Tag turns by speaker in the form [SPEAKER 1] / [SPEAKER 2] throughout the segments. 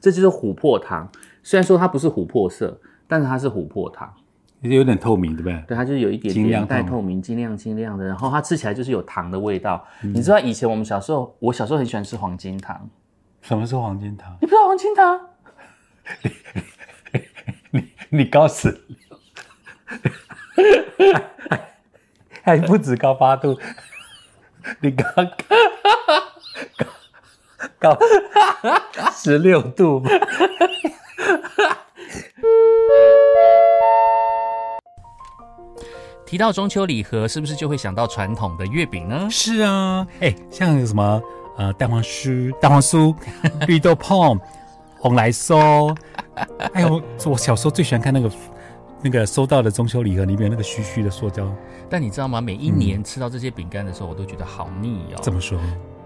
[SPEAKER 1] 这就是琥珀糖。虽然说它不是琥珀色，但是它是琥珀糖，
[SPEAKER 2] 也有点透明，对不对？
[SPEAKER 1] 对，它就是有一点
[SPEAKER 2] 晶
[SPEAKER 1] 点
[SPEAKER 2] 亮
[SPEAKER 1] 带
[SPEAKER 2] 透明
[SPEAKER 1] 透明、晶亮晶亮的。然后它吃起来就是有糖的味道。你知道以前我们小时候，我小时候很喜欢吃黄金糖，
[SPEAKER 2] 什么是黄金糖？
[SPEAKER 1] 你不知道黄金糖？
[SPEAKER 2] 你高十， 还不止高八度， 你高 高高十六度吧？
[SPEAKER 3] 提到中秋礼盒，是不是就会想到传统的月饼呢？
[SPEAKER 2] 是啊，哎、像有什么呃蛋黄酥、蛋黄酥、绿豆椪、红来酥，还有我小时候最喜欢看那个那个收到的中秋礼盒里面那个虚虚的塑胶，
[SPEAKER 3] 但你知道吗？每一年吃到这些饼干的时候，我都觉得好腻哦。
[SPEAKER 2] 怎么说？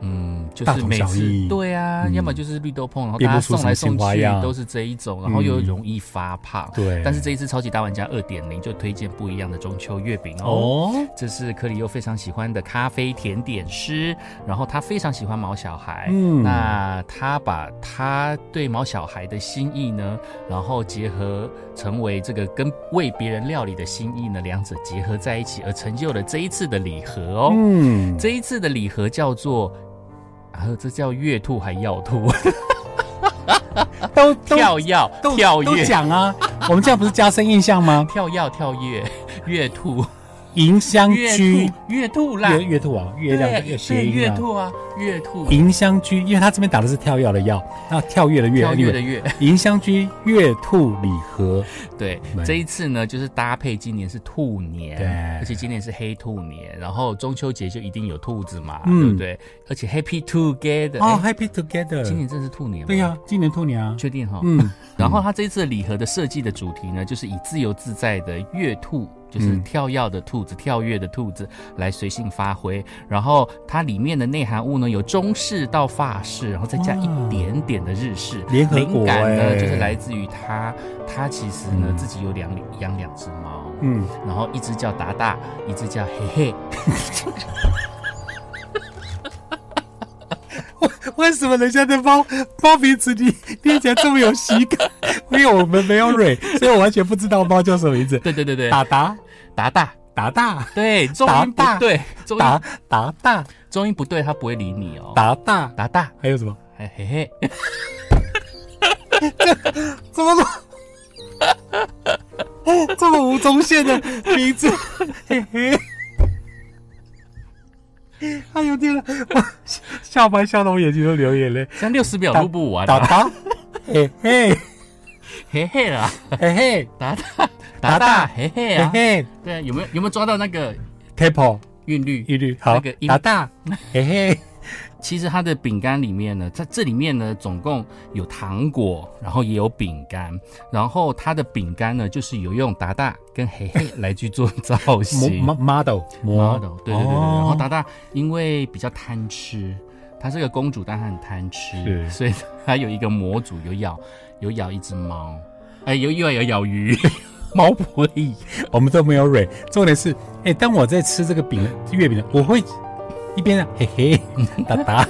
[SPEAKER 3] 嗯，就
[SPEAKER 2] 大
[SPEAKER 3] 是
[SPEAKER 2] 同
[SPEAKER 3] 每
[SPEAKER 2] 小
[SPEAKER 3] 次
[SPEAKER 2] 异
[SPEAKER 3] 对啊，
[SPEAKER 2] 嗯
[SPEAKER 3] 要么就是绿豆椪，然后
[SPEAKER 2] 变
[SPEAKER 3] 大
[SPEAKER 2] 不
[SPEAKER 3] 家送
[SPEAKER 2] 出什么
[SPEAKER 3] 来
[SPEAKER 2] 新
[SPEAKER 3] 送
[SPEAKER 2] 花
[SPEAKER 3] 去
[SPEAKER 2] 样
[SPEAKER 3] 都是这一种，然后又
[SPEAKER 2] 嗯
[SPEAKER 3] 容易发胖。
[SPEAKER 2] 对
[SPEAKER 3] 但是这一次超级大玩家二点零就推荐不一样的中秋月饼哦。
[SPEAKER 2] 哦，
[SPEAKER 3] 这是克里又非常喜欢的咖啡甜点师，然后他非常喜欢毛小孩，
[SPEAKER 2] 嗯
[SPEAKER 3] 那他把他对毛小孩的心意呢，然后结合成为这个跟为别人料理的心意呢，两者结合在一起，而成就了这一次的礼盒哦。
[SPEAKER 2] 嗯，
[SPEAKER 3] 这一次的礼盒叫做，啊，这叫月兔还药兔，
[SPEAKER 2] 都都
[SPEAKER 3] 跳药
[SPEAKER 2] 都
[SPEAKER 3] 跳
[SPEAKER 2] 都
[SPEAKER 3] 跃
[SPEAKER 2] 讲啊， 我们这样不是加深印象吗？
[SPEAKER 3] 跳药跳跃月兔
[SPEAKER 2] 迎香
[SPEAKER 3] 月
[SPEAKER 2] 居
[SPEAKER 3] 兔月兔啦，
[SPEAKER 2] 月月兔啊，月亮的
[SPEAKER 3] 对，
[SPEAKER 2] 谐
[SPEAKER 3] 是
[SPEAKER 2] 音
[SPEAKER 3] 月
[SPEAKER 2] 啊。
[SPEAKER 3] 兔啊，月兔
[SPEAKER 2] 迎香居，因为它这边打的是跳跃的跃，然后跳跃的跃，
[SPEAKER 3] 跳跃的
[SPEAKER 2] 因为
[SPEAKER 3] 月。
[SPEAKER 2] 迎香居月兔礼盒，
[SPEAKER 3] 对
[SPEAKER 2] 对，
[SPEAKER 3] 这一次呢，就是搭配今年是兔年，
[SPEAKER 2] 对
[SPEAKER 3] 而且今年是黑兔年，然后中秋节就一定有兔子嘛，
[SPEAKER 2] 嗯
[SPEAKER 3] 对不对？而且 Happy Together，
[SPEAKER 2] 哦
[SPEAKER 3] 哎
[SPEAKER 2] ，Happy Together，
[SPEAKER 3] 今年真的是兔年吗，
[SPEAKER 2] 对呀、今年兔年啊，
[SPEAKER 3] 确定哈，
[SPEAKER 2] 嗯，
[SPEAKER 3] 然后它这一次的礼盒的设计的主题呢，就是以自由自在的月兔，就是
[SPEAKER 2] 嗯
[SPEAKER 3] 跳跃的兔子、跳跃的兔子来随性发挥。然后它里面的内涵物呢，有中式到法式，然后再加一
[SPEAKER 2] 哇
[SPEAKER 3] 点点的日式。
[SPEAKER 2] 联合
[SPEAKER 3] 灵
[SPEAKER 2] 国
[SPEAKER 3] 感
[SPEAKER 2] 哎
[SPEAKER 3] 呢，就是来自于它，它其实呢
[SPEAKER 2] 嗯
[SPEAKER 3] 自己有两养两只猫，
[SPEAKER 2] 嗯，
[SPEAKER 3] 然后一只叫达达，一只叫嘿嘿。
[SPEAKER 2] 为什么人家的包包鼻子你听起来这么有喜 感？因为我们没有蕊，所以我完全不知道猫叫什么名字。
[SPEAKER 3] 对对对对，
[SPEAKER 2] 达达
[SPEAKER 3] 达达，
[SPEAKER 2] 达大
[SPEAKER 3] 对，中
[SPEAKER 2] 达
[SPEAKER 3] 音不
[SPEAKER 2] 达
[SPEAKER 3] 对，中音
[SPEAKER 2] 达达大
[SPEAKER 3] 中音不对，它不会理你哦。
[SPEAKER 2] 达大，
[SPEAKER 3] 达达，
[SPEAKER 2] 还有什么？
[SPEAKER 3] 嘿嘿嘿。
[SPEAKER 2] 怎么了？这么 吴宗宪的名字，嘿嘿。哎呦天哪！我下班笑到我眼睛都流眼泪。
[SPEAKER 3] 像六十秒录不完、
[SPEAKER 2] 达
[SPEAKER 3] 啊，
[SPEAKER 2] 达，嘿嘿
[SPEAKER 3] 嘿嘿啦，
[SPEAKER 2] 嘿嘿
[SPEAKER 3] 达 达达达嘿嘿
[SPEAKER 2] 嘿
[SPEAKER 3] 啊，
[SPEAKER 2] 嘿
[SPEAKER 3] 对，有没有有没有抓到那个
[SPEAKER 2] ，Temple
[SPEAKER 3] 韵律？
[SPEAKER 2] 一律好
[SPEAKER 3] 那个，音
[SPEAKER 2] 达达，嘿嘿，
[SPEAKER 3] 其实它的饼干里面呢，在这里面呢，总共有糖果，然后也有饼干，然后它的饼干呢，就是有用达达跟嘿嘿来去做造
[SPEAKER 2] 模
[SPEAKER 3] 型。
[SPEAKER 2] 模 model 模
[SPEAKER 3] model，对对对对，
[SPEAKER 2] 哦
[SPEAKER 3] 然后达达因为比较贪吃，她是个公主，但她很贪吃，
[SPEAKER 2] 是
[SPEAKER 3] 所以她有一个模组，有咬有咬一只猫，哎，有又有咬鱼， 猫不会咬。
[SPEAKER 2] 我们都没有蕊。重点是，哎，当我在吃这个饼月饼的，我会一边啊嘿 嘿达达，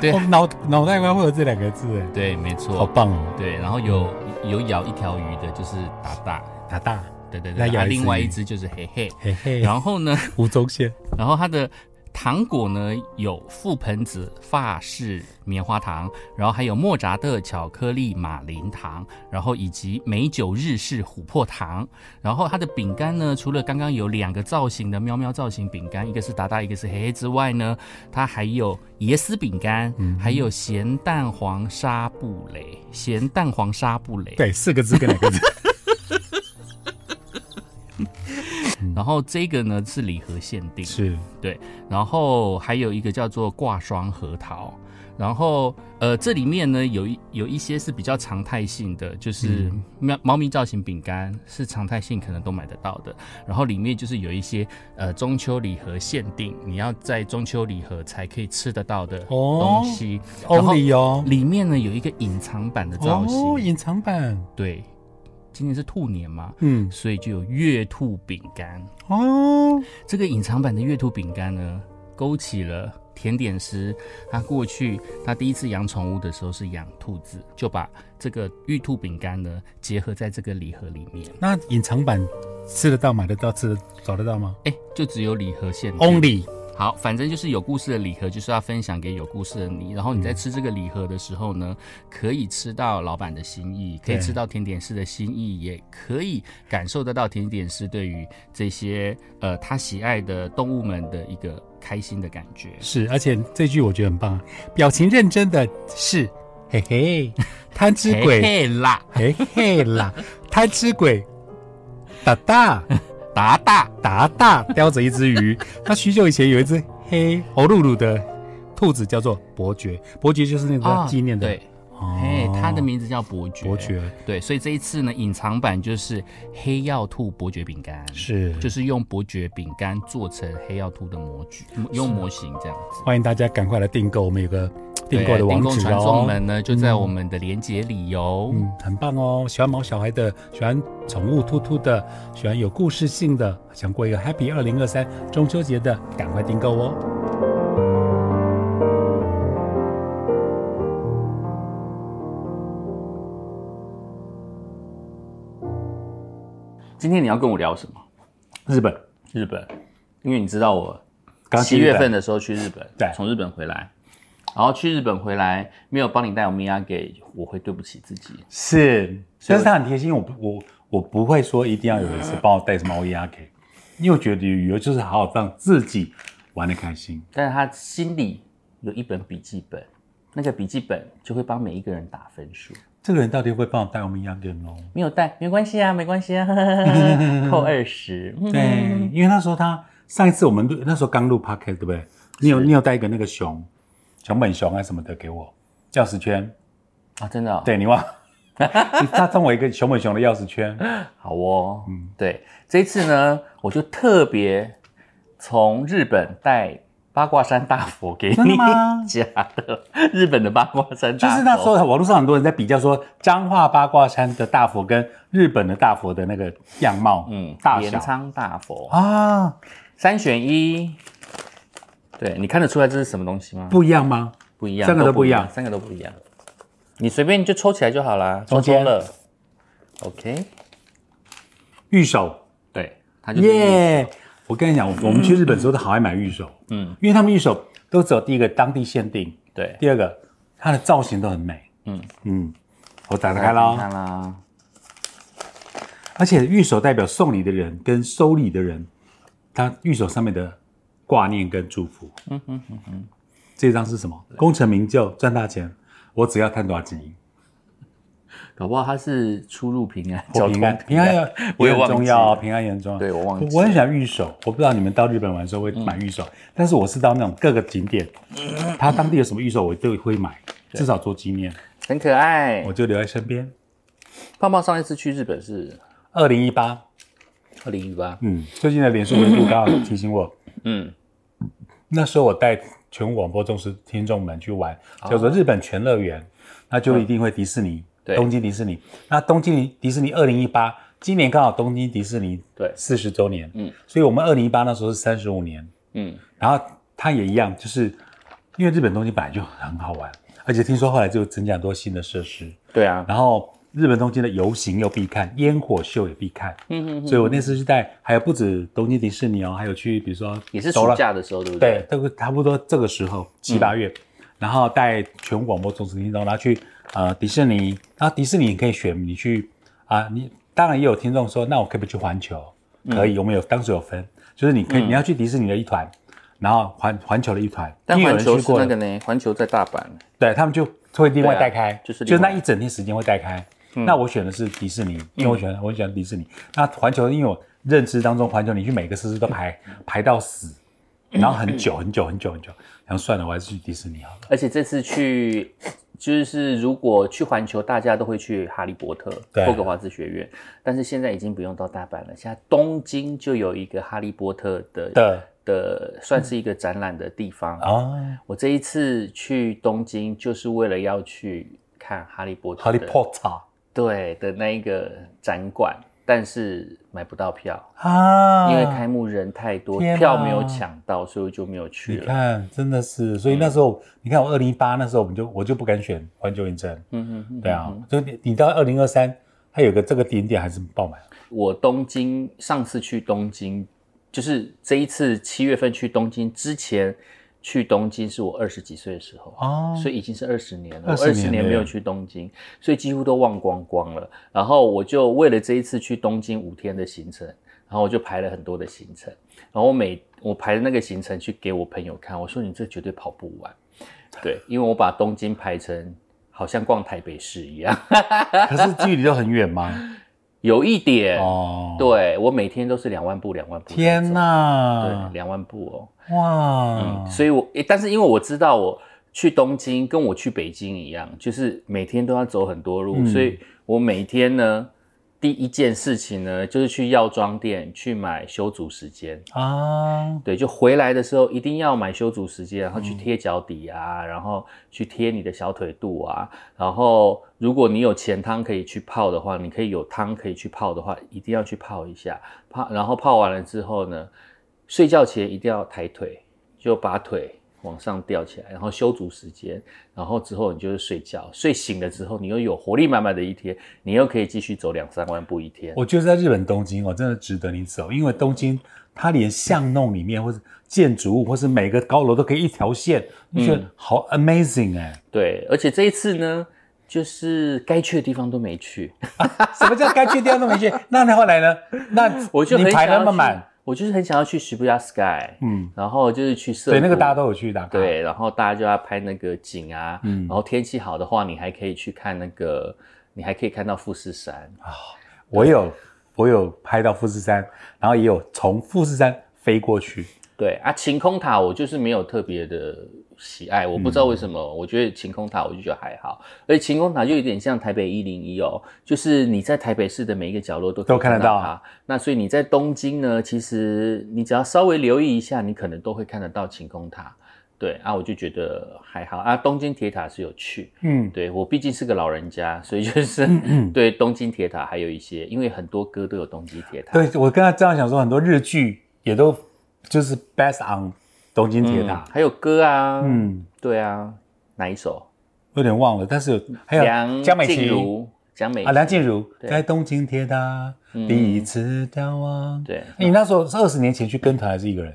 [SPEAKER 3] 对
[SPEAKER 2] 我脑脑袋瓜会有这两个字，哎，
[SPEAKER 3] 对，没错，
[SPEAKER 2] 好棒哦，
[SPEAKER 3] 对，然后有有咬一条鱼的，就是达达，
[SPEAKER 2] 达达，
[SPEAKER 3] 对对
[SPEAKER 2] 那
[SPEAKER 3] 对，
[SPEAKER 2] 咬
[SPEAKER 3] 啊，
[SPEAKER 2] 一只
[SPEAKER 3] 另外一
[SPEAKER 2] 鱼
[SPEAKER 3] 只就是嘿嘿。
[SPEAKER 2] 嘿嘿，
[SPEAKER 3] 然后呢，
[SPEAKER 2] 吴宗宪，
[SPEAKER 3] 然后它的糖果呢有覆盆子、法式棉花糖，然后还有莫扎特巧克力马林糖，然后以及美酒日式琥珀糖。然后它的饼干呢，除了刚刚有两个造型的喵喵造型饼干，一个是达达，一个是嘿嘿之外呢，它还有椰丝饼干，
[SPEAKER 2] 嗯
[SPEAKER 3] 还有咸蛋黄沙布蕾，咸蛋黄沙布蕾。
[SPEAKER 2] 对，四个字跟两个字，
[SPEAKER 3] 然后这个呢是礼盒限定，
[SPEAKER 2] 是
[SPEAKER 3] 然后还有一个叫做挂霜核桃。然后，呃，这里面呢有一有一些是比较常态性的，就是
[SPEAKER 2] 嗯
[SPEAKER 3] 喵猫咪造型饼干是常态性可能都买得到的。然后里面就是有一些呃中秋礼盒限定，你要在中秋礼盒才可以吃得到的
[SPEAKER 2] 哦
[SPEAKER 3] 东西。然后
[SPEAKER 2] only 哦，
[SPEAKER 3] 里面呢有一个隐藏版的造型，
[SPEAKER 2] 哦，隐藏版，
[SPEAKER 3] 对，今年是兔年嘛，
[SPEAKER 2] 嗯，
[SPEAKER 3] 所以就有月兔饼干。
[SPEAKER 2] 哦，
[SPEAKER 3] 这个隐藏版的月兔饼干呢，勾起了
[SPEAKER 4] 甜点师，他过去他第一次养宠物的时候是养兔子，就把这个玉兔饼干呢结合在这个礼盒里面。
[SPEAKER 2] 那隐藏版吃得到、买得到、吃得找得到吗
[SPEAKER 4] 哎，就只有礼盒限定。
[SPEAKER 2] ？Only
[SPEAKER 4] 好，反正就是有故事的礼盒，就是要分享给有故事的你。然后你
[SPEAKER 2] 嗯
[SPEAKER 4] 在吃这个礼盒的时候呢，可以吃到老板的心意，可以
[SPEAKER 2] 对
[SPEAKER 4] 吃到甜点师的心意，也可以感受得到甜点师对于这些呃他喜爱的动物们的一个开心的感觉。
[SPEAKER 2] 是，而且这句我觉得很棒，啊表情认真的是，嘿 嘿，贪吃
[SPEAKER 4] 嘿
[SPEAKER 2] 鬼，
[SPEAKER 4] 嘿啦，
[SPEAKER 2] 嘿嘿啦，贪吃鬼，达达
[SPEAKER 4] 达达，
[SPEAKER 2] 达达叼着一只鱼。那许久以前有一只黑红噜噜的兔子叫做伯爵，伯爵就是那
[SPEAKER 4] 啊
[SPEAKER 2] 个纪念的，
[SPEAKER 4] 对，
[SPEAKER 2] 哦
[SPEAKER 4] 嘿，他的名字叫伯爵，
[SPEAKER 2] 伯爵
[SPEAKER 4] 对，所以这一次呢，隐藏版就是黑曜兔伯爵饼干，
[SPEAKER 2] 是
[SPEAKER 4] 就是用伯爵饼干做成黑曜兔的模具，用模型这样子。
[SPEAKER 2] 欢迎大家赶快来订购，我们有个
[SPEAKER 4] 对
[SPEAKER 2] 订购的网
[SPEAKER 4] 订购
[SPEAKER 2] 址
[SPEAKER 4] 传送
[SPEAKER 2] 哦。
[SPEAKER 4] 门呢，就在我们的连接里哦。
[SPEAKER 2] 嗯，很棒哦！喜欢毛小孩的，喜欢宠物兔兔的，喜欢有故事性的，想过一个 Happy 二零二三中秋节的，赶快订购哦！
[SPEAKER 3] 今天你要跟我聊什么？
[SPEAKER 2] 日本
[SPEAKER 3] 日本，因为你知道我
[SPEAKER 2] 刚去
[SPEAKER 3] 七
[SPEAKER 2] 日
[SPEAKER 3] 月
[SPEAKER 2] 本
[SPEAKER 3] 份的时候去日本，
[SPEAKER 2] 对
[SPEAKER 3] 从日本回来，然后去日本回来没有帮你带欧米亚给，我会对不起自己。
[SPEAKER 2] 是，但是他很贴心，我不我我不会说一定要有人是帮我带什么欧亚给，因为我觉得旅游就是好好让自己玩的开心。
[SPEAKER 3] 但是他心里有一本笔记本，那个笔记本就会帮每一个人打分数。
[SPEAKER 2] 这个人到底会帮我带欧 E 米亚给吗？
[SPEAKER 3] 没有带没关系啊，没关系啊， 呵呵呵扣二十。
[SPEAKER 2] 对，因为那时候他上一次我们录那时候刚录 podcast 对不对？你有你有带一个那个熊，熊本熊啊什么的给我钥匙圈，
[SPEAKER 3] 啊，真的、哦，，
[SPEAKER 2] 对你忘了， 你他送我一个熊本熊的钥匙圈，
[SPEAKER 3] 好哦，嗯，对，这一次呢，我就特别从日本带八卦山大佛给
[SPEAKER 2] 真的
[SPEAKER 3] 你
[SPEAKER 2] 吗
[SPEAKER 3] 假的，日本的八卦山
[SPEAKER 2] 就
[SPEAKER 3] 大佛，
[SPEAKER 2] 是那时候网络上很多人在比较说彰化八卦山的大佛跟日本的大佛的那个样貌，
[SPEAKER 3] 嗯
[SPEAKER 2] 嗯，，大
[SPEAKER 3] 镰
[SPEAKER 2] 小
[SPEAKER 3] 仓大佛、
[SPEAKER 2] 啊。
[SPEAKER 3] 三选一，对你看得出来这是什么东西吗？
[SPEAKER 2] 不一样吗？
[SPEAKER 3] 不一样，
[SPEAKER 2] 三个都不一样
[SPEAKER 3] 三个都不一样。你随便就抽起来就好啦，抽
[SPEAKER 2] 中
[SPEAKER 3] 中
[SPEAKER 2] 间
[SPEAKER 3] 了，OK，
[SPEAKER 2] 玉手，
[SPEAKER 3] 对，它就是
[SPEAKER 2] 耶、我跟你讲，我们去日本的时候都好爱买玉手，嗯，因为他们玉手都只有第一个当地限定，
[SPEAKER 3] 对，
[SPEAKER 2] 第二个它的造型都很美，
[SPEAKER 3] 嗯
[SPEAKER 2] 嗯嗯，我打开了
[SPEAKER 3] 你看
[SPEAKER 2] 哦，
[SPEAKER 3] 啦。
[SPEAKER 2] 而且玉手代表送礼的人跟收礼的人，他玉手上面的挂念跟祝福，嗯嗯嗯嗯，这张是什么？功成名就，赚大钱，我只要探多少金银，
[SPEAKER 3] 搞不好他是出入平 安，
[SPEAKER 2] 我
[SPEAKER 3] 交通
[SPEAKER 2] 平安，平安要
[SPEAKER 3] 我也
[SPEAKER 2] 也很
[SPEAKER 3] 忘记
[SPEAKER 2] 重要哦，
[SPEAKER 3] 了
[SPEAKER 2] 平安也很重要。
[SPEAKER 3] 对我忘记了嗯
[SPEAKER 2] 我很喜欢玉手，我不知道你们到日本玩的时候会买玉手，但是我是到那种各个景点，它当地有什么玉手，我都会买，至少做纪念，
[SPEAKER 3] 很可爱
[SPEAKER 2] 我。就留在身边。
[SPEAKER 3] 胖胖上一次去日本是
[SPEAKER 2] 二零一八，
[SPEAKER 3] 二零一八，
[SPEAKER 2] 嗯，最近的脸书维度刚好提醒我，
[SPEAKER 3] 嗯，
[SPEAKER 2] 那时候我带全国广播忠实听众们去玩，
[SPEAKER 3] 哦
[SPEAKER 2] 叫做日本全乐园，那就一定会迪士尼，
[SPEAKER 3] 嗯对
[SPEAKER 2] 东京迪士尼。那东京迪士尼二零一八，今年刚好东京迪士尼
[SPEAKER 3] 对
[SPEAKER 2] 四十周年，
[SPEAKER 3] 嗯
[SPEAKER 2] 嗯，所以我们二零一八那时候是三十五年，
[SPEAKER 3] 嗯，
[SPEAKER 2] 然后它也一样，就是因为日本东西本来就很好玩，而且听说后来就增加很多新的设施，
[SPEAKER 3] 对啊，
[SPEAKER 2] 然后日本东京的游行又必看，烟火秀也必看，
[SPEAKER 3] 嗯
[SPEAKER 2] 所以我那次是带，还有不止东京迪士尼哦，还有去比如说
[SPEAKER 3] 也是
[SPEAKER 2] 首
[SPEAKER 3] 暑
[SPEAKER 2] 尔
[SPEAKER 3] 假的时候，对不嗯对？
[SPEAKER 2] 对，这个差不多这个时候七八月，然后带全国广播忠实听众，然后去呃迪士尼，然后迪士尼你可以选你去啊、你当然也有听众说，那我可不可以去环球？
[SPEAKER 3] 嗯
[SPEAKER 2] 可以，我们有当时有分，就是你可以、你要去迪士尼的一团，然后环环球的一团，
[SPEAKER 3] 但
[SPEAKER 2] 因为有
[SPEAKER 3] 环
[SPEAKER 2] 人
[SPEAKER 3] 球
[SPEAKER 2] 去
[SPEAKER 3] 是
[SPEAKER 2] 过
[SPEAKER 3] 那
[SPEAKER 2] 了
[SPEAKER 3] 个呢，环球在大阪，
[SPEAKER 2] 对他们就会另外带开，
[SPEAKER 3] 对啊就是
[SPEAKER 2] 就
[SPEAKER 3] 另外嗯
[SPEAKER 2] 那一整天时间会带开。那我选的是迪士尼，因为我喜欢我喜欢迪士尼。那环球，因为我认知当中，环球你去每个设施都排
[SPEAKER 3] 嗯
[SPEAKER 2] 排到死，然后很久很久很久很久，然后算了，我还是去迪士尼好了。
[SPEAKER 3] 而且这次去就是如果去环球，大家都会去哈利波特、
[SPEAKER 2] 对
[SPEAKER 3] 霍格华兹学院，但是现在已经不用到大阪了，现在东京就有一个哈利波特的
[SPEAKER 2] 的
[SPEAKER 3] 的算是一个展览的地方
[SPEAKER 2] 啊，
[SPEAKER 3] 我这一次去东京就是为了要去看哈利波特
[SPEAKER 2] 哈利
[SPEAKER 3] 的
[SPEAKER 2] 波特
[SPEAKER 3] 对的那一个展馆，但是买不到票，
[SPEAKER 2] 啊，
[SPEAKER 3] 因为开幕人太多，
[SPEAKER 2] 天哪
[SPEAKER 3] 票没有抢到，所以我就没有
[SPEAKER 2] 你
[SPEAKER 3] 去了。嗯
[SPEAKER 2] 看，真的是，所以那时候、你看我二零一八那时候，我们就我就不敢选环球影城，
[SPEAKER 3] 嗯哼哼
[SPEAKER 2] 对啊，就你你到二零二三，它有个这个顶点还是爆满，
[SPEAKER 3] 我东京上次去东京，就是这一次七月份去东京之前去东京是我二十几岁的时候
[SPEAKER 2] 哦
[SPEAKER 3] 所以已经是二十年了。我
[SPEAKER 2] 20
[SPEAKER 3] 二
[SPEAKER 2] 年
[SPEAKER 3] 十年没有去东京，所以几乎都忘光光了。然后我就为了这一次去东京五天的行程，然后我就排了很多的行程，然后我每我排的那个行程去给我朋友看，我说你这绝对跑不完，对，因为我把东京排成好像逛台北市一样，
[SPEAKER 2] 哦可是距离都很远吗？
[SPEAKER 3] 有一点。
[SPEAKER 2] 哦，
[SPEAKER 3] 对我每天都是两万步，两万步。
[SPEAKER 2] 天！
[SPEAKER 3] 对，
[SPEAKER 2] 哪，
[SPEAKER 3] 两万步哦。
[SPEAKER 2] 哇，
[SPEAKER 3] 嗯，所以我，诶但是因为我知道我去东京跟我去北京一样，就是每天都要走很多路，
[SPEAKER 2] 嗯
[SPEAKER 3] 所以我每天呢，第一件事情呢，就是去药妆店去买修足时间。
[SPEAKER 2] 啊，
[SPEAKER 3] 对，就回来的时候一定要买修足时间，然后去贴脚底啊，然后去贴你的小腿肚啊，然后如果你有钱汤可以去泡的话，你可以有汤可以去泡的话，一定要去泡一下，泡然后泡完了之后呢，睡觉前一定要抬腿，就把腿往上吊起来，然后修足时间，然后之后你就是睡觉，睡醒了之后你又有活力满满的一天，你又可以继续走两三万步一天。
[SPEAKER 2] 我觉得在日本东京，我真的值得你走，因为东京它连巷弄里面，或是建筑物，或是每个高楼都可以一条线，你觉
[SPEAKER 3] 嗯
[SPEAKER 2] 得好 amazing 哎、
[SPEAKER 3] 对，而且这一次呢，就是该去的地方都没去。
[SPEAKER 2] 什么叫该去的地方都没去？ 那那后来呢？那
[SPEAKER 3] 我就
[SPEAKER 2] 你
[SPEAKER 3] 很
[SPEAKER 2] 排
[SPEAKER 3] 想要
[SPEAKER 2] 那么
[SPEAKER 3] 去
[SPEAKER 2] 满，，
[SPEAKER 3] 我就是很想要去 Shibuya Sky，
[SPEAKER 2] 嗯，
[SPEAKER 3] 然后就是去涩
[SPEAKER 2] 对，那个
[SPEAKER 3] 谷
[SPEAKER 2] 大家都有去打卡，，
[SPEAKER 3] 对，然后大家就要拍那个景啊，
[SPEAKER 2] 嗯
[SPEAKER 3] 然后天气好的话，你还可以去看那个，你还可以看到富士山，
[SPEAKER 2] 我有我有拍到富士山，然后也有从富士山飞过去，
[SPEAKER 3] 对啊，晴空塔我就是没有特别的喜爱，我不知道为
[SPEAKER 2] 嗯
[SPEAKER 3] 什么，我觉得晴空塔我就觉得还好，而且晴空塔就有点像台北一零一哦，就是你在台北市的每一个角落都可以
[SPEAKER 2] 都看得
[SPEAKER 3] 到
[SPEAKER 2] 到
[SPEAKER 3] 它。那所以你在东京呢，其实你只要稍微留意一下，你可能都会看得到晴空塔。对啊，我就觉得还好啊。东京铁塔是有去，
[SPEAKER 2] 嗯，
[SPEAKER 3] 对我毕竟是个老人家，所以就是、 对东京铁塔还有一些，因为很多歌都有东京铁塔。
[SPEAKER 2] 对我跟他这样想说，很多日剧也都就是 based on 东京铁塔
[SPEAKER 3] 嗯，还有歌啊，嗯，
[SPEAKER 2] 嗯
[SPEAKER 3] 对啊，哪一首？
[SPEAKER 2] 有点忘了，但是有还有
[SPEAKER 3] 梁
[SPEAKER 2] 哎江美
[SPEAKER 3] 静
[SPEAKER 2] 琪。
[SPEAKER 3] 茹，江美
[SPEAKER 2] 啊，梁静茹
[SPEAKER 3] 对
[SPEAKER 2] 在东京铁塔
[SPEAKER 3] 嗯
[SPEAKER 2] 第一次眺望。哎
[SPEAKER 3] 对，
[SPEAKER 2] 你那时候是二十年前去跟团还是一个人？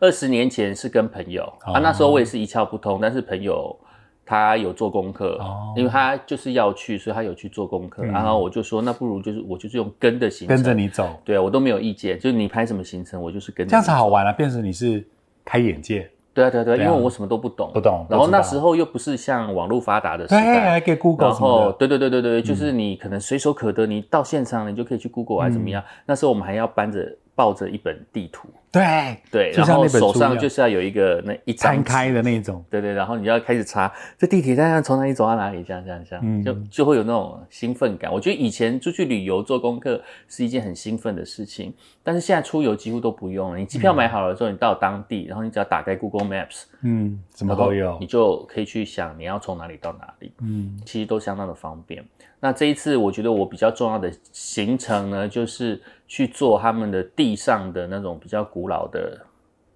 [SPEAKER 3] 二十年前是跟朋友、
[SPEAKER 2] 哦
[SPEAKER 3] 啊，那时候我也是一窍不通，但是朋友他有做功课，
[SPEAKER 2] 哦嗯
[SPEAKER 3] 因为他就是要去，所以他有去做功课，然后我就说那不如就是我就是用跟的行程，
[SPEAKER 2] 跟着，你走，
[SPEAKER 3] 对我都没有意见，就是你拍什么行程我就是跟着你
[SPEAKER 2] 这样才好玩啊！变成你是开眼界，
[SPEAKER 3] 对啊对啊对啊，
[SPEAKER 2] 对
[SPEAKER 3] 因
[SPEAKER 2] 啊
[SPEAKER 3] 为我什么都不懂，
[SPEAKER 2] 不懂
[SPEAKER 3] 然后
[SPEAKER 2] 不知道
[SPEAKER 3] 那时候又不是像网络发达的时
[SPEAKER 2] 对，
[SPEAKER 3] 代，
[SPEAKER 2] 还给 Google
[SPEAKER 3] 然
[SPEAKER 2] 什么
[SPEAKER 3] 后，
[SPEAKER 2] 的。嗯
[SPEAKER 3] 对对对对对，就是你可能随手可得，你到现场你就可以去 Google 啊，
[SPEAKER 2] 嗯
[SPEAKER 3] 怎么样？那时候我们还要搬着抱着一本地图，
[SPEAKER 2] 对，
[SPEAKER 3] 对，
[SPEAKER 2] 就
[SPEAKER 3] 然
[SPEAKER 2] 像
[SPEAKER 3] 后
[SPEAKER 2] 那本
[SPEAKER 3] 手
[SPEAKER 2] 书一
[SPEAKER 3] 上
[SPEAKER 2] 样
[SPEAKER 3] 就是要有一个那一张
[SPEAKER 2] 摊
[SPEAKER 3] 纸，
[SPEAKER 2] 开的那种。
[SPEAKER 3] 对对，然后你就要开始查这地铁站要从哪里走到哪里，这样这样这样，
[SPEAKER 2] 嗯
[SPEAKER 3] 就就会有那种兴奋感。我觉得以前出去旅游做功课是一件很兴奋的事情，但是现在出游几乎都不用了。你机票买好了之后，你到当地，然后你只要打开 Google Maps，
[SPEAKER 2] 嗯，什么
[SPEAKER 3] 然后
[SPEAKER 2] 都有
[SPEAKER 3] 你。就可以去想你要从哪里到哪里。
[SPEAKER 2] 嗯，
[SPEAKER 3] 其实都相当的方便。那这一次，我觉得我比较重要的行程呢，就是去做他们的地上的那种比较古老的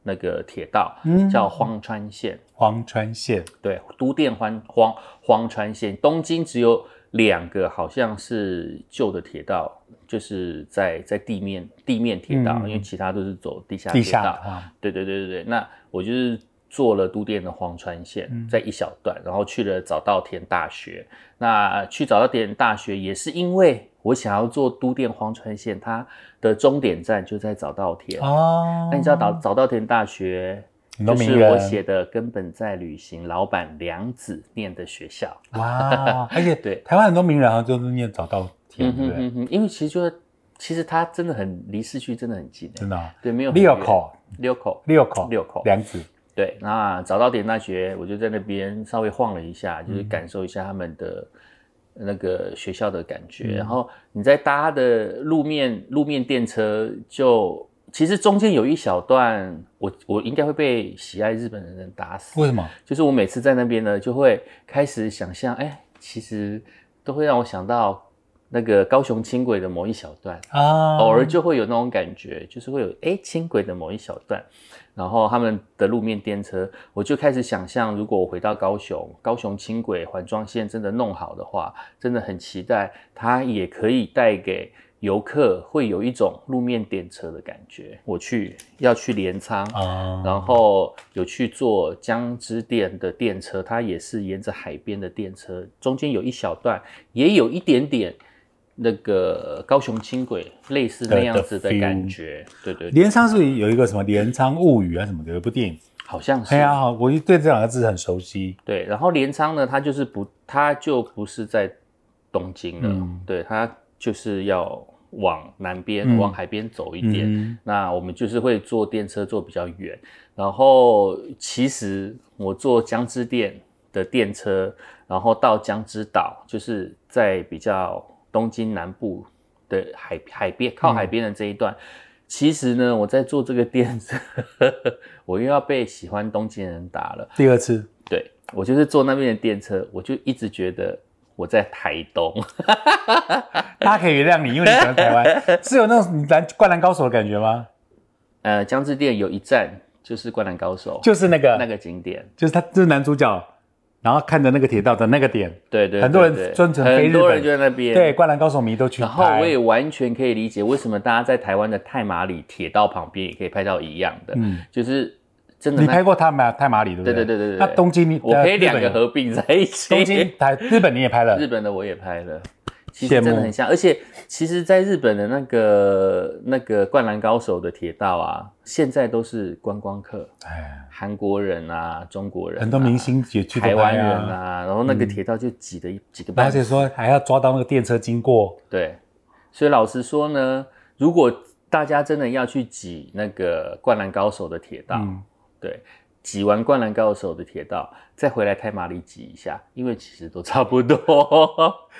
[SPEAKER 3] 那个铁道，
[SPEAKER 2] 嗯
[SPEAKER 3] 叫荒川线。
[SPEAKER 2] 荒川县
[SPEAKER 3] 对，都电荒荒荒川线，东京只有两个好像是旧的铁道，就是在在地面地面铁道，
[SPEAKER 2] 嗯
[SPEAKER 3] 因为其他都是走地下
[SPEAKER 2] 地
[SPEAKER 3] 铁
[SPEAKER 2] 下
[SPEAKER 3] 道
[SPEAKER 2] 的。话，
[SPEAKER 3] 对对对对对，那我就是坐了都电的荒川线，
[SPEAKER 2] 嗯
[SPEAKER 3] 在一小段，然后去了早稻田大学。那去早稻田大学也是因为我想要坐都电荒川线，它的终点站就在早稻田。
[SPEAKER 2] 哦，
[SPEAKER 3] 那你知道早早稻田大学？
[SPEAKER 2] 很多
[SPEAKER 3] 就
[SPEAKER 2] 名
[SPEAKER 3] 是
[SPEAKER 2] 人
[SPEAKER 3] 我写的《根本在旅行》，老板梁子念的学校。
[SPEAKER 2] 哇，而且
[SPEAKER 3] 对
[SPEAKER 2] 台湾很多名人好像就是念早稻田，
[SPEAKER 3] 嗯
[SPEAKER 2] 对
[SPEAKER 3] 哼
[SPEAKER 2] 不对？
[SPEAKER 3] 哼哼，因为其实就是，其实它真的很离市区真的很近、
[SPEAKER 2] 真
[SPEAKER 3] 欸。
[SPEAKER 2] 的啊，
[SPEAKER 3] 对，没有很
[SPEAKER 2] 六
[SPEAKER 3] 远，
[SPEAKER 2] 口，
[SPEAKER 3] 六口，
[SPEAKER 2] 六口，
[SPEAKER 3] 六口
[SPEAKER 2] 梁子，
[SPEAKER 3] 对，那早稻田大学，我就在那边稍微晃了一下，就是感受一下他们的那个学校的感觉。然后你再搭它的路面路面电车就，其实中间有一小段，我我应该会被喜爱日本的人打死。
[SPEAKER 2] 为什么？
[SPEAKER 3] 就是我每次在那边呢，就会开始想象，哎，其实都会让我想到那个高雄轻轨的某一小段，
[SPEAKER 2] 啊，
[SPEAKER 3] 偶尔就会有那种感觉，就是会有诶轻轨的某一小段，然后他们的路面电车，我就开始想象，如果我回到高雄，高雄轻轨环状线真的弄好的话，真的很期待它也可以带给游客会有一种路面电车的感觉。我去要去镰仓。
[SPEAKER 2] 啊，
[SPEAKER 3] 然后有去坐江之电的电车，它也是沿着海边的电车，中间有一小段，也有一点点那个高雄轻轨类似那样子的感觉。对对对，
[SPEAKER 2] 镰仓是不是有一个什么《镰仓物语》啊什么的，有一部电影。
[SPEAKER 3] 好像是。
[SPEAKER 2] 哎呀，好我对这两个字很熟悉。
[SPEAKER 3] 对，然后镰仓呢，它就是不，它就不是在东京了，
[SPEAKER 2] 嗯
[SPEAKER 3] 对，它就是要往南边、
[SPEAKER 2] 嗯
[SPEAKER 3] 往海边走一点。
[SPEAKER 2] 嗯，
[SPEAKER 3] 那我们就是会坐电车坐比较远，然后其实我坐江之电的电车，然后到江之岛，就是在比较东京南部的海海边靠海边的这一段。其实呢，我在坐这个电车， 我又要被喜欢东京人打了。
[SPEAKER 2] 第二次
[SPEAKER 3] 对我就是坐那边的电车，我就一直觉得我在台东。
[SPEAKER 2] 大家可以原谅你，因为你喜欢台 湾，是有那种篮灌篮高手的感觉吗？
[SPEAKER 3] 呃，江之电有一站就是《灌篮高手》，
[SPEAKER 2] 就是那个，
[SPEAKER 3] 那个景点。
[SPEAKER 2] 就是他，就是男主角，然后看着那个铁道的那个点，
[SPEAKER 3] 对对，
[SPEAKER 2] 很多人
[SPEAKER 3] 对对
[SPEAKER 2] 专程飞
[SPEAKER 3] 很
[SPEAKER 2] 日
[SPEAKER 3] 多
[SPEAKER 2] 本
[SPEAKER 3] 人就在那边。
[SPEAKER 2] 对，灌篮高手迷都去
[SPEAKER 3] 然后
[SPEAKER 2] 拍
[SPEAKER 3] 我也完全可以理解为什么大家在台湾的太马里铁道旁边也可以拍到一样的，
[SPEAKER 2] 嗯，
[SPEAKER 3] 就是真的
[SPEAKER 2] 你
[SPEAKER 3] 那
[SPEAKER 2] 拍过他马太马里对不
[SPEAKER 3] 对
[SPEAKER 2] 对
[SPEAKER 3] 对对对对。
[SPEAKER 2] 那东京你
[SPEAKER 3] 我可以
[SPEAKER 2] 呃日本
[SPEAKER 3] 两个
[SPEAKER 2] 有
[SPEAKER 3] 合并在一起。
[SPEAKER 2] 东京台日本你也拍了
[SPEAKER 3] 日，本的我也拍了，其实
[SPEAKER 2] 羡
[SPEAKER 3] 真
[SPEAKER 2] 慕
[SPEAKER 3] 的很像。而且其实，在日本的那个那个《灌篮高手》的铁道啊，现在都是观光客，
[SPEAKER 2] 哎，
[SPEAKER 3] 韩国人啊，中国人啊、
[SPEAKER 2] 很多明星也去
[SPEAKER 3] 台
[SPEAKER 2] 都
[SPEAKER 3] 湾
[SPEAKER 2] 拍
[SPEAKER 3] 人
[SPEAKER 2] 啊，
[SPEAKER 3] 啊，然后那个铁道就挤得一挤个
[SPEAKER 2] 而
[SPEAKER 3] 半死
[SPEAKER 2] 且说还要抓到那个电车经过，
[SPEAKER 3] 对，所以老实说呢，如果大家真的要去挤那个《灌篮高手》的铁道，
[SPEAKER 2] 嗯，
[SPEAKER 3] 对，挤完《灌篮高手》的铁道，再回来太马里挤一下，因为其实都差不多。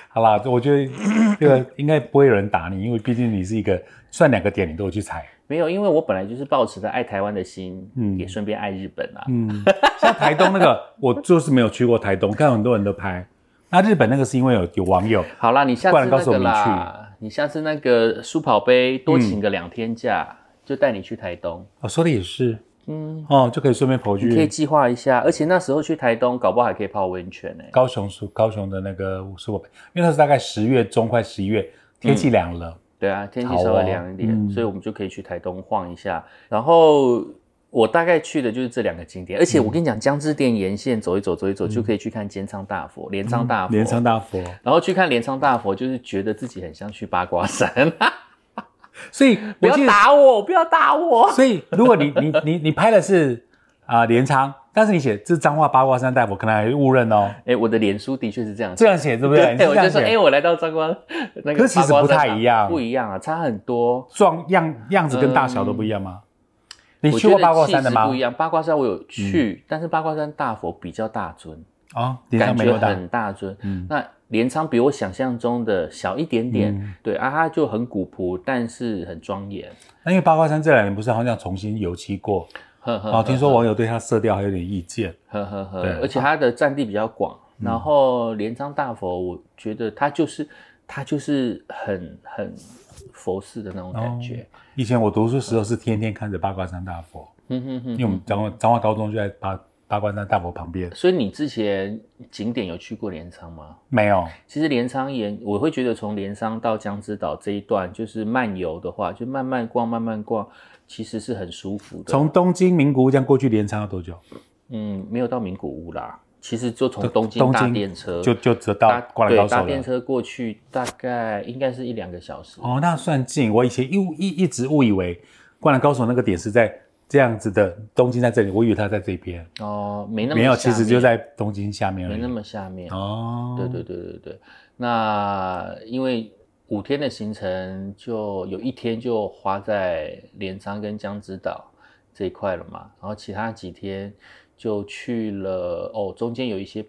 [SPEAKER 2] 好啦，我觉得这个应该不会有人打你，因为毕竟你是一个算两个点你都有去踩，
[SPEAKER 3] 没有，因为我本来就是抱持着爱台湾的心，
[SPEAKER 2] 嗯
[SPEAKER 3] 也顺便爱日本啊。
[SPEAKER 2] 嗯，像台东那个我就是没有去过台东，看很多人都拍，那日本那个是因为有有网友，
[SPEAKER 3] 好啦，你下
[SPEAKER 2] 灌
[SPEAKER 3] 次
[SPEAKER 2] 篮高
[SPEAKER 3] 那
[SPEAKER 2] 手
[SPEAKER 3] 个
[SPEAKER 2] 我们去
[SPEAKER 3] 啦，你下次那个书跑杯多请个两天假，
[SPEAKER 2] 嗯
[SPEAKER 3] 就带你去台东。
[SPEAKER 2] 我哦说的也是，
[SPEAKER 3] 嗯，
[SPEAKER 2] 哦，就可以顺便跑
[SPEAKER 3] 你可以
[SPEAKER 2] 去
[SPEAKER 3] 计划一下，而且那时候去台东，搞不好还可以泡温泉呢、
[SPEAKER 2] 高雄苏高雄的那个苏果北，因为那是大概十月中快十一月，天
[SPEAKER 3] 嗯
[SPEAKER 2] 气凉了，
[SPEAKER 3] 对啊，天气
[SPEAKER 2] 好
[SPEAKER 3] 稍微
[SPEAKER 2] 哦
[SPEAKER 3] 凉一点，
[SPEAKER 2] 嗯
[SPEAKER 3] 所以我们就可以去台东晃一下。然后我大概去的就是这两个景点，而
[SPEAKER 2] 嗯
[SPEAKER 3] 且我跟你讲，江之电沿线走一走，走一走、就可以去看镰仓大佛、镰仓大佛、
[SPEAKER 2] 嗯镰仓大佛，
[SPEAKER 3] 然后去看镰仓大佛，就是觉得自己很像去八卦山。
[SPEAKER 2] 所以
[SPEAKER 3] 不
[SPEAKER 2] 我
[SPEAKER 3] 要
[SPEAKER 2] 记得，
[SPEAKER 3] 打我，不要打我。
[SPEAKER 2] 所以如果你 你你你拍的是啊镰仓，但是你写这彰化八卦山大佛，可能还会误认哦，
[SPEAKER 3] 哎，我的脸书的确是这样写，
[SPEAKER 2] 这样写对不对？你是
[SPEAKER 3] 我
[SPEAKER 2] 这
[SPEAKER 3] 就
[SPEAKER 2] 样
[SPEAKER 3] 说，哎，
[SPEAKER 2] 写，
[SPEAKER 3] 我来到彰光那个
[SPEAKER 2] 可是其实
[SPEAKER 3] 八卦
[SPEAKER 2] 不太
[SPEAKER 3] 山啊
[SPEAKER 2] 一样
[SPEAKER 3] 不一样啊，差很多。
[SPEAKER 2] 状样样子跟大小都不一样吗？你
[SPEAKER 3] 我
[SPEAKER 2] 去
[SPEAKER 3] 觉
[SPEAKER 2] 过
[SPEAKER 3] 得
[SPEAKER 2] 八卦山的
[SPEAKER 3] 气质
[SPEAKER 2] 吗嗯
[SPEAKER 3] 不一？样，八卦嗯山我有去，但是八卦山大佛比较大尊。
[SPEAKER 2] 哦，镰
[SPEAKER 3] 感
[SPEAKER 2] 仓没
[SPEAKER 3] 觉
[SPEAKER 2] 有大，
[SPEAKER 3] 很大尊。
[SPEAKER 2] 嗯
[SPEAKER 3] 那镰仓比我想象中的小一点点，
[SPEAKER 2] 嗯
[SPEAKER 3] 对啊，它就很古朴，但是很庄严。
[SPEAKER 2] 那因为八卦山这两年不是好像重新油漆过，
[SPEAKER 3] 呵呵
[SPEAKER 2] 哦，听说
[SPEAKER 3] 我
[SPEAKER 2] 网友对它色调还有点意见。
[SPEAKER 3] 呵呵呵
[SPEAKER 2] 对，嗯
[SPEAKER 3] 而且它的占地比较广。然后镰仓大佛，我觉得它就是它就是很很佛寺的那种感觉。
[SPEAKER 2] 以前我读书时候是天天看着八卦山大佛，
[SPEAKER 3] 嗯哼哼
[SPEAKER 2] 因为我们彰化彰化高中就在八八卦山大佛旁边。
[SPEAKER 3] 所以你之前景点有去过镰仓吗？
[SPEAKER 2] 没有，
[SPEAKER 3] 其实镰仓沿，我会觉得从镰仓到江之岛这一段，就是漫游的话，就慢慢逛，慢慢逛，其实是很舒服的。
[SPEAKER 2] 从东京名古屋这样过去镰仓要多久？
[SPEAKER 3] 嗯，没有到名古屋啦，其实就从东京
[SPEAKER 2] 东
[SPEAKER 3] 大
[SPEAKER 2] 京
[SPEAKER 3] 电车
[SPEAKER 2] 就就只到
[SPEAKER 3] 呃搭
[SPEAKER 2] 灌
[SPEAKER 3] 对
[SPEAKER 2] 篮高
[SPEAKER 3] 搭
[SPEAKER 2] 手
[SPEAKER 3] 电
[SPEAKER 2] 了。
[SPEAKER 3] 车过去，大概应该是一两个小时。
[SPEAKER 2] 哦，那算近。我以前一一一直误以为灌篮高手那个点是在这样子的东京在这里，我以为它在这边，
[SPEAKER 3] 哦，没那么
[SPEAKER 2] 没有，
[SPEAKER 3] 下
[SPEAKER 2] 其实
[SPEAKER 3] 面
[SPEAKER 2] 就在东京下面而
[SPEAKER 3] 没那
[SPEAKER 2] 已。
[SPEAKER 3] 么下面。
[SPEAKER 2] 哦，
[SPEAKER 3] 对 对对对对，那因为五天的行程，就有一天就花在镰仓跟江之岛这一块了嘛，然后其他几天就去了哦，中间有一些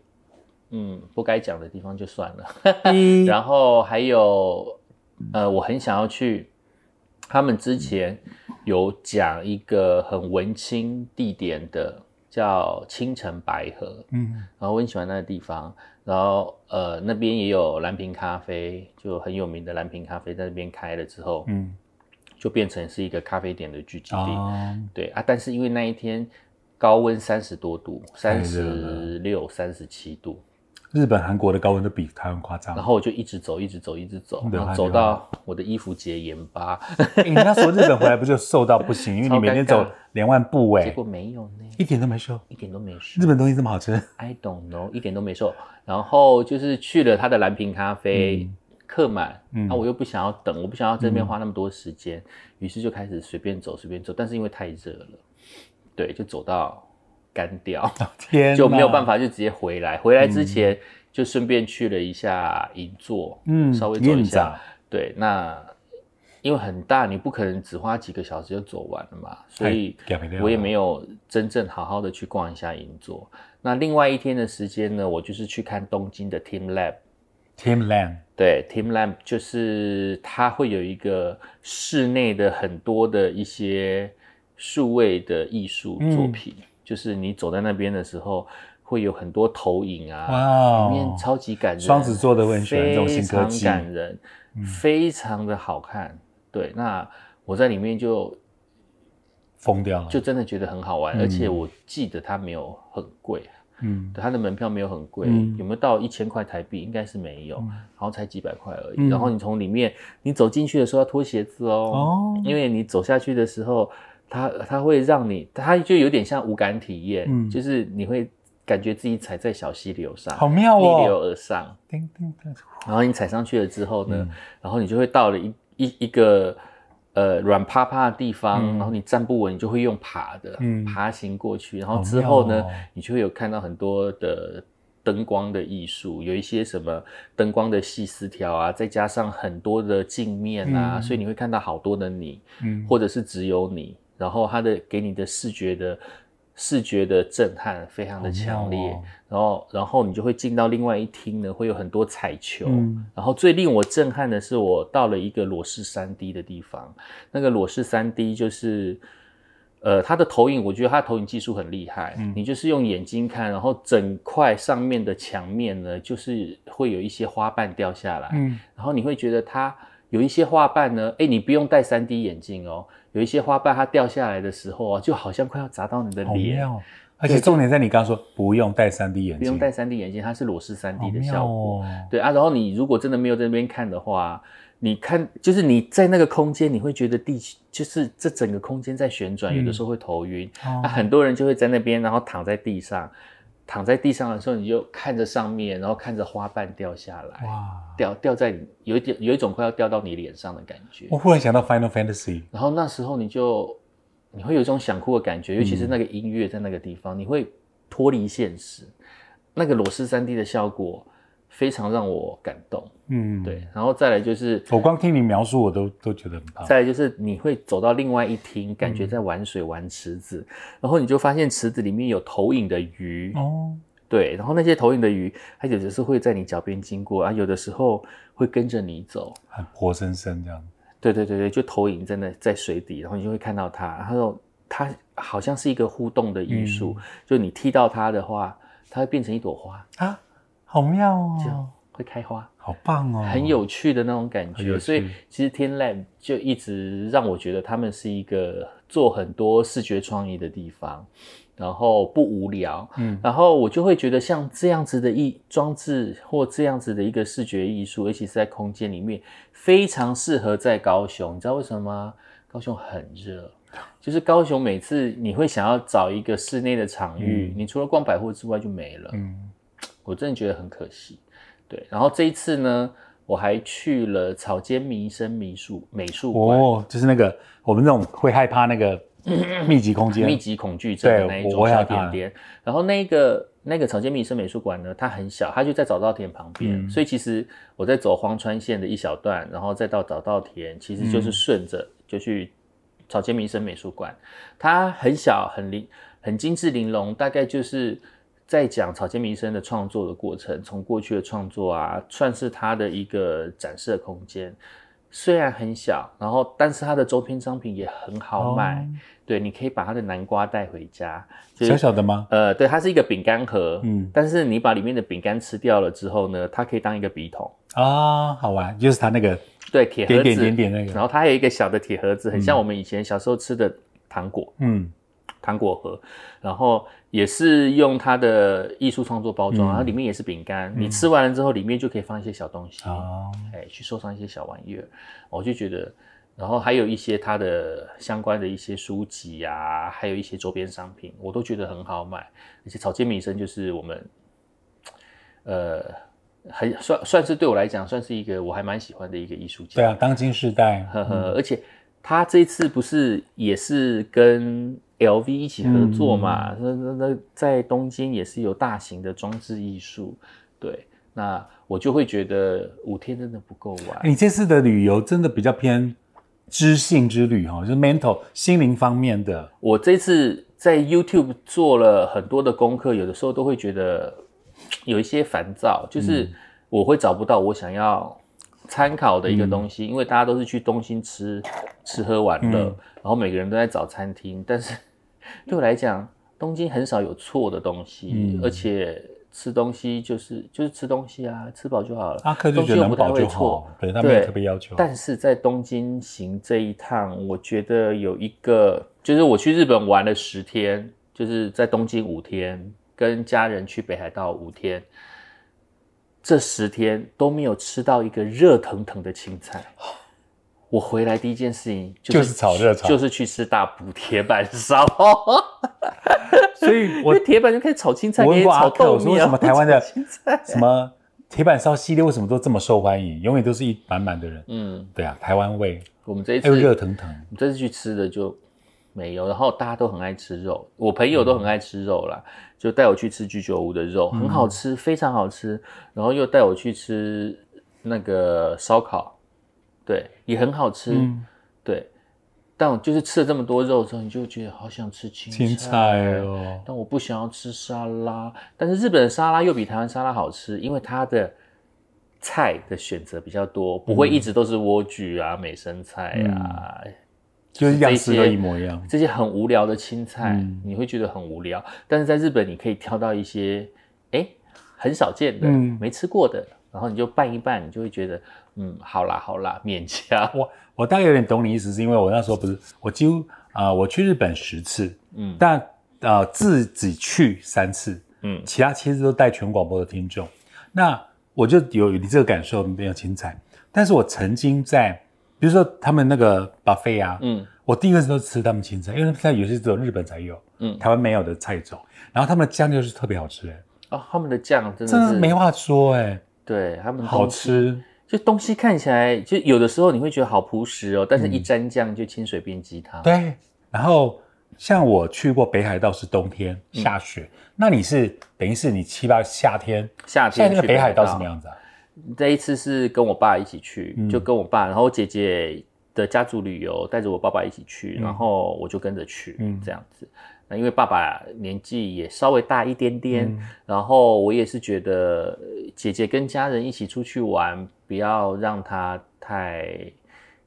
[SPEAKER 3] 嗯不该讲的地方就算了。
[SPEAKER 2] 一
[SPEAKER 3] 然后还有，呃，我很想要去，他们之前有讲一个很文青地点的叫青城白河，
[SPEAKER 2] 嗯，
[SPEAKER 3] 然后我很喜欢那个地方，然后呃那边也有蓝瓶咖啡，就很有名的蓝瓶咖啡在那边开了之后，
[SPEAKER 2] 嗯，
[SPEAKER 3] 就变成是一个咖啡店的聚集地，
[SPEAKER 2] 啊，
[SPEAKER 3] 对啊，但是因为那一天高温三十多度，
[SPEAKER 2] 太
[SPEAKER 3] 三
[SPEAKER 2] 热
[SPEAKER 3] 十
[SPEAKER 2] 了
[SPEAKER 3] 六、三十七度，
[SPEAKER 2] 日本、韩国的高温都比台湾夸张。
[SPEAKER 3] 然后我就一直走，一直走，一直走，然后
[SPEAKER 2] 嗯流汗
[SPEAKER 3] 走
[SPEAKER 2] 流汗
[SPEAKER 3] 到我的衣服结盐巴，
[SPEAKER 2] 欸你那时候日本回来不就瘦到不行？因为你每天
[SPEAKER 3] 超尴
[SPEAKER 2] 走
[SPEAKER 3] 尬
[SPEAKER 2] 两万步哎、
[SPEAKER 3] 结果没有呢，
[SPEAKER 2] 一点都没瘦。
[SPEAKER 3] 一点都没事
[SPEAKER 2] 日。本东西这么好吃，
[SPEAKER 3] I don't know，一点都没瘦。然后就是去了他的蓝瓶咖啡，客满，那、
[SPEAKER 2] 嗯
[SPEAKER 3] 我又不想要等，我不想要这边花那么多时间，于是就开始随便走，随便走。但是因为太热了，对，就走到干掉，
[SPEAKER 2] 天嗯
[SPEAKER 3] 就没有办
[SPEAKER 2] 法。
[SPEAKER 3] 法，就直接回来。回来之前、就顺便去了一下银座，
[SPEAKER 2] 嗯，
[SPEAKER 3] 稍微走一
[SPEAKER 2] 院
[SPEAKER 3] 下
[SPEAKER 2] 长。
[SPEAKER 3] 对，那因为很大，你不可能只花几个小时就走完了嘛，所以
[SPEAKER 2] 太累了
[SPEAKER 3] 我也没有真正好好的去逛一下银座。那另外一天的时间呢，我就是去看东京的 Team Lab。
[SPEAKER 2] Tim Lam，
[SPEAKER 3] 对，Team Lab 就是它会有一个室内的很多的一些数位的艺术作
[SPEAKER 2] 嗯
[SPEAKER 3] 品，就是你走在那边的时候，会有很多投影啊，
[SPEAKER 2] 哇哦
[SPEAKER 3] 里面超级感人。
[SPEAKER 2] 双子座的我很喜欢这种新科
[SPEAKER 3] 非
[SPEAKER 2] 技嗯
[SPEAKER 3] 常感人，非常的好看。对，那我在里面就
[SPEAKER 2] 疯掉了。
[SPEAKER 3] 就真的觉得很好玩，而且我记得它没有很贵，
[SPEAKER 2] 嗯，
[SPEAKER 3] 对它的门票没有很贵，
[SPEAKER 2] 嗯
[SPEAKER 3] 有没有到一千块台币？应该是没有，然后才几百块而已。
[SPEAKER 2] 嗯
[SPEAKER 3] 然后你从里面，你走进去的时候要脱鞋子哦，
[SPEAKER 2] 哦，
[SPEAKER 3] 因为你走下去的时候，它它会让你，它就有点像无感体验，
[SPEAKER 2] 嗯
[SPEAKER 3] 就是你会感觉自己踩在小溪流上，
[SPEAKER 2] 好妙
[SPEAKER 3] 逆流
[SPEAKER 2] 哦。
[SPEAKER 3] 而上。
[SPEAKER 2] 叮叮叮，
[SPEAKER 3] 然后你踩上去了之后呢，
[SPEAKER 2] 嗯
[SPEAKER 3] 然后你就会到了一一一个呃软趴趴的地方，
[SPEAKER 2] 嗯
[SPEAKER 3] 然后你站不稳，你就会用爬的、
[SPEAKER 2] 嗯
[SPEAKER 3] 爬行过去，然后
[SPEAKER 2] 好
[SPEAKER 3] 之后呢，
[SPEAKER 2] 妙哦
[SPEAKER 3] 你就会有看到很多的。灯光的艺术有一些什么灯光的细丝条啊，再加上很多的镜面啊，
[SPEAKER 2] 嗯
[SPEAKER 3] 所以你会看到好多的你，
[SPEAKER 2] 嗯，
[SPEAKER 3] 或者是只有你，然后它的给你的视觉的视觉的震撼非常的强烈，
[SPEAKER 2] 好妙哦
[SPEAKER 3] 然后然后你就会进到另外一厅呢，会有很多彩球，
[SPEAKER 2] 嗯
[SPEAKER 3] 然后最令我震撼的是，我到了一个裸视三 D 的地方，那个裸视三 D 就是。呃，它的投影，我觉得它的投影技术很厉害。
[SPEAKER 2] 嗯
[SPEAKER 3] 你就是用眼睛看，然后整块上面的墙面呢，就是会有一些花瓣掉下来。
[SPEAKER 2] 嗯，
[SPEAKER 3] 然后你会觉得它有一些花瓣呢，哎，你不用戴 3D 眼镜哦，有一些花瓣它掉下来的时候啊，就好像快要砸到你的
[SPEAKER 2] 好
[SPEAKER 3] 脸，
[SPEAKER 2] 妙。哦而且重点在你刚刚说不用戴 3D 眼镜，
[SPEAKER 3] 不用戴 3D 眼镜，它是裸视 3D 的效果。
[SPEAKER 2] 好妙哦
[SPEAKER 3] 对啊，然后你如果真的没有在那边看的话，你看就是你在那个空间，你会觉得地就是这整个空间在旋转，
[SPEAKER 2] 嗯
[SPEAKER 3] 有的时候会头晕。
[SPEAKER 2] 哦
[SPEAKER 3] 啊，很多人就会在那边，然后躺在地上，躺在地上的时候，你就看着上面，然后看着花瓣掉下来，
[SPEAKER 2] 哇！
[SPEAKER 3] 掉掉在你有一点有一种快要掉到你脸上的感觉。
[SPEAKER 2] 我忽然想到 Final Fantasy，
[SPEAKER 3] 然后那时候你就你会有一种想哭的感觉，尤其是那个音乐在那个地方，你会脱离现实，那个裸视三 D 的效果非常让我感动。
[SPEAKER 2] 嗯，
[SPEAKER 3] 对，，然后再来就是。
[SPEAKER 2] 我光听你描述我都都觉得很棒。
[SPEAKER 3] 哦再来就是你会走到另外一厅，感觉在玩水、玩池子，然后你就发现池子里面有投影的鱼，
[SPEAKER 2] 哦，
[SPEAKER 3] 对，然后那些投影的鱼，它有的是会在你脚边经过啊，有的时候会跟着你走，
[SPEAKER 2] 很活生生这样。
[SPEAKER 3] 对对对对，就投影在那在水底，然后你就会看到它，然后它好像是一个互动的艺术，
[SPEAKER 2] 嗯
[SPEAKER 3] 就你踢到它的话，它会变成一朵花，
[SPEAKER 2] 啊，好妙
[SPEAKER 3] 这样
[SPEAKER 2] 哦，
[SPEAKER 3] 会开花，
[SPEAKER 2] 好棒哦，
[SPEAKER 3] 很有趣的那种感
[SPEAKER 2] 很
[SPEAKER 3] 觉。
[SPEAKER 2] 有趣
[SPEAKER 3] 所以其实天 lab 就一直让我觉得他们是一个做很多视觉创意的地方，然后不无聊，
[SPEAKER 2] 嗯
[SPEAKER 3] 然后我就会觉得像这样子的艺装置或这样子的一个视觉艺术，尤其是在空间里面，非常适合在高雄。你知道为什么吗？高雄很热，就是高雄每次你会想要找一个室内的场域，你除了逛百货之外就没了。
[SPEAKER 2] 嗯
[SPEAKER 3] 我真的觉得很可惜。对，然后这一次呢，我还去了草间弥生美术美术馆。
[SPEAKER 2] 哦，就是那个我们那种会害怕 那个密集空间，
[SPEAKER 3] 密集恐惧症的那一
[SPEAKER 2] 对我
[SPEAKER 3] 种
[SPEAKER 2] 我也
[SPEAKER 3] 小
[SPEAKER 2] 害怕
[SPEAKER 3] 点点。然后那个那个草间弥生美术馆呢，它很小，它就在早稻田旁边，
[SPEAKER 2] 嗯
[SPEAKER 3] 所以其实我在走荒川线的一小段，然后再到早稻田，其实
[SPEAKER 2] 嗯
[SPEAKER 3] 就是顺着就去草间弥生美术馆。它很小，很灵，很精致玲珑，大概就是。在讲草间弥生的创作的过程，从过去的创作啊，算是他的一个展示的空间。虽然很小，然后但是它的周边商品也很好卖。对，你可以把它的南瓜带回家，就
[SPEAKER 2] 哦小小的吗？
[SPEAKER 3] 呃，对，它是一个饼干盒，
[SPEAKER 2] 嗯
[SPEAKER 3] 但是你把里面的饼干吃掉了之后呢，它可以当一个笔筒，
[SPEAKER 2] 啊，好玩，就是它那个
[SPEAKER 3] 对，铁盒
[SPEAKER 2] 点
[SPEAKER 3] 子，
[SPEAKER 2] 点点点那嗯个，
[SPEAKER 3] 然后它还有一个小的铁盒子，很像我们以前小时候吃的糖果、
[SPEAKER 2] 嗯，
[SPEAKER 3] 糖果盒，然后也是用它的艺术创作包装，
[SPEAKER 2] 嗯
[SPEAKER 3] 然后里面也是饼干，你吃完了之后，里面就可以放一些小东西，
[SPEAKER 2] 啊，
[SPEAKER 3] 哎，去收藏一些小玩意儿，哦我就觉得。然后还有一些它的相关的一些书籍啊，还有一些周边商品，我都觉得很好买。而且草间弥生就是我们，呃，很算算是对我来讲算是一个我还蛮喜欢的一个艺术家。
[SPEAKER 2] 对啊，当今世代，
[SPEAKER 3] 呵呵，而且他这次不是也是跟 LV 一起合作嘛？那那那在东京也是有大型的装置艺术，对，那我就会觉得五天真的不够玩。
[SPEAKER 2] 你这次的旅游真的比较偏知性之旅哈，就是 mental 心灵方面的，
[SPEAKER 3] 我这次在 YouTube 做了很多的功课，有的时候都会觉得有一些烦躁，
[SPEAKER 2] 嗯
[SPEAKER 3] 就是我会找不到我想要参考的一个东西，因为大家都是去东京吃吃喝玩乐，
[SPEAKER 2] 嗯
[SPEAKER 3] 然后每个人都在找餐厅，但是 对我来讲，东京很少有错的东西，
[SPEAKER 2] 嗯
[SPEAKER 3] 而且吃东西就是就是吃东西啊，吃饱就好了。
[SPEAKER 2] 阿克就觉
[SPEAKER 3] 东西
[SPEAKER 2] 得
[SPEAKER 3] 又
[SPEAKER 2] 能
[SPEAKER 3] 不太
[SPEAKER 2] 饱
[SPEAKER 3] 会
[SPEAKER 2] 就
[SPEAKER 3] 错
[SPEAKER 2] 好，，对他没有
[SPEAKER 3] 对
[SPEAKER 2] 特别要求。
[SPEAKER 3] 但是在东京行这一趟，我觉得有一个，就是我去日本玩了十天，就是在东京五天，跟家人去北海道五天，这十天都没有吃到一个热腾腾的青菜。我回来第一件事情就
[SPEAKER 2] 就是炒热炒
[SPEAKER 3] 就是去吃大补铁板烧，
[SPEAKER 2] 所以
[SPEAKER 3] 因
[SPEAKER 2] 我
[SPEAKER 3] 为铁板就可以炒青菜，
[SPEAKER 2] 我
[SPEAKER 3] 可以
[SPEAKER 2] 问过阿
[SPEAKER 3] 炒
[SPEAKER 2] 克，
[SPEAKER 3] 豆
[SPEAKER 2] 我说为
[SPEAKER 3] 苗，
[SPEAKER 2] 什么台湾 的
[SPEAKER 3] 炒青菜，
[SPEAKER 2] 什么 铁板烧系列为什么都这么受欢迎，永远都是一满满的人。
[SPEAKER 3] 嗯，
[SPEAKER 2] 对啊，台湾味
[SPEAKER 3] 我们这一次
[SPEAKER 2] 还有热腾腾，
[SPEAKER 3] 我这次去吃的就没有，然后大家都很爱吃肉，我朋友都
[SPEAKER 2] 嗯
[SPEAKER 3] 很爱吃肉啦，就带我去吃居酒屋的肉，很
[SPEAKER 2] 嗯
[SPEAKER 3] 好吃，非常好吃，然后又带我去吃那个烧烤，对，也很好吃，
[SPEAKER 2] 嗯，
[SPEAKER 3] 对。但我就是吃了这么多肉之后，你就觉得好想吃青菜
[SPEAKER 2] 青菜哦，
[SPEAKER 3] 但我不想要吃沙拉，但是日本的沙拉又比台湾沙拉好吃，因为它的菜的选择比较多，不
[SPEAKER 2] 嗯
[SPEAKER 3] 会一直都是莴苣啊、美生菜啊、
[SPEAKER 2] 就是样式
[SPEAKER 3] 这
[SPEAKER 2] 都
[SPEAKER 3] 些
[SPEAKER 2] 一模一样。
[SPEAKER 3] 这些很无聊的青菜，
[SPEAKER 2] 嗯
[SPEAKER 3] 你会觉得很无聊。但是在日本，你可以挑到一些哎很少见的、
[SPEAKER 2] 嗯
[SPEAKER 3] 没吃过的，然后你就拌一拌，你就会觉得嗯，好啦好啦，勉强。
[SPEAKER 2] 我我大概有点懂你意思，是因为我那时候不是，我几乎啊、呃我去日本十次，
[SPEAKER 3] 嗯
[SPEAKER 2] 但啊、呃自己去三次，
[SPEAKER 3] 嗯
[SPEAKER 2] 其他七次都带全广播的听众。那我就有你这个感受，没有青菜。但是我曾经在，比如说他们那个 buffet 啊，
[SPEAKER 3] 嗯
[SPEAKER 2] 我第一个都吃他们青菜，因为他们现在有些只有日本才有，
[SPEAKER 3] 嗯
[SPEAKER 2] 台湾没有的菜种。然后他们的酱就是特别好吃、哎，
[SPEAKER 3] 哦，他们的酱真的
[SPEAKER 2] 真
[SPEAKER 3] 是
[SPEAKER 2] 的没话说、哎，
[SPEAKER 3] 对他们
[SPEAKER 2] 好
[SPEAKER 3] 东西，
[SPEAKER 2] 吃。
[SPEAKER 3] 就东西看起来就有的时候你会觉得好朴实哦，但是一沾酱就清水变鸡汤。
[SPEAKER 2] 嗯对，然后像我去过北海道是冬天
[SPEAKER 3] 嗯
[SPEAKER 2] 下雪，那你是等于是你七八夏天，
[SPEAKER 3] 夏
[SPEAKER 2] 现在
[SPEAKER 3] 天
[SPEAKER 2] 那
[SPEAKER 3] 去
[SPEAKER 2] 个北海道什么样子啊？
[SPEAKER 3] 这一次是跟我爸一起去，
[SPEAKER 2] 嗯
[SPEAKER 3] 就跟我爸，然后我姐姐的家族旅游带着我爸爸一起去，
[SPEAKER 2] 嗯
[SPEAKER 3] 然后我就跟着去，
[SPEAKER 2] 嗯
[SPEAKER 3] 这样子。那因为爸爸年纪也稍微大一点点，
[SPEAKER 2] 嗯
[SPEAKER 3] 然后我也是觉得呃姐姐跟家人一起出去玩，不要让他太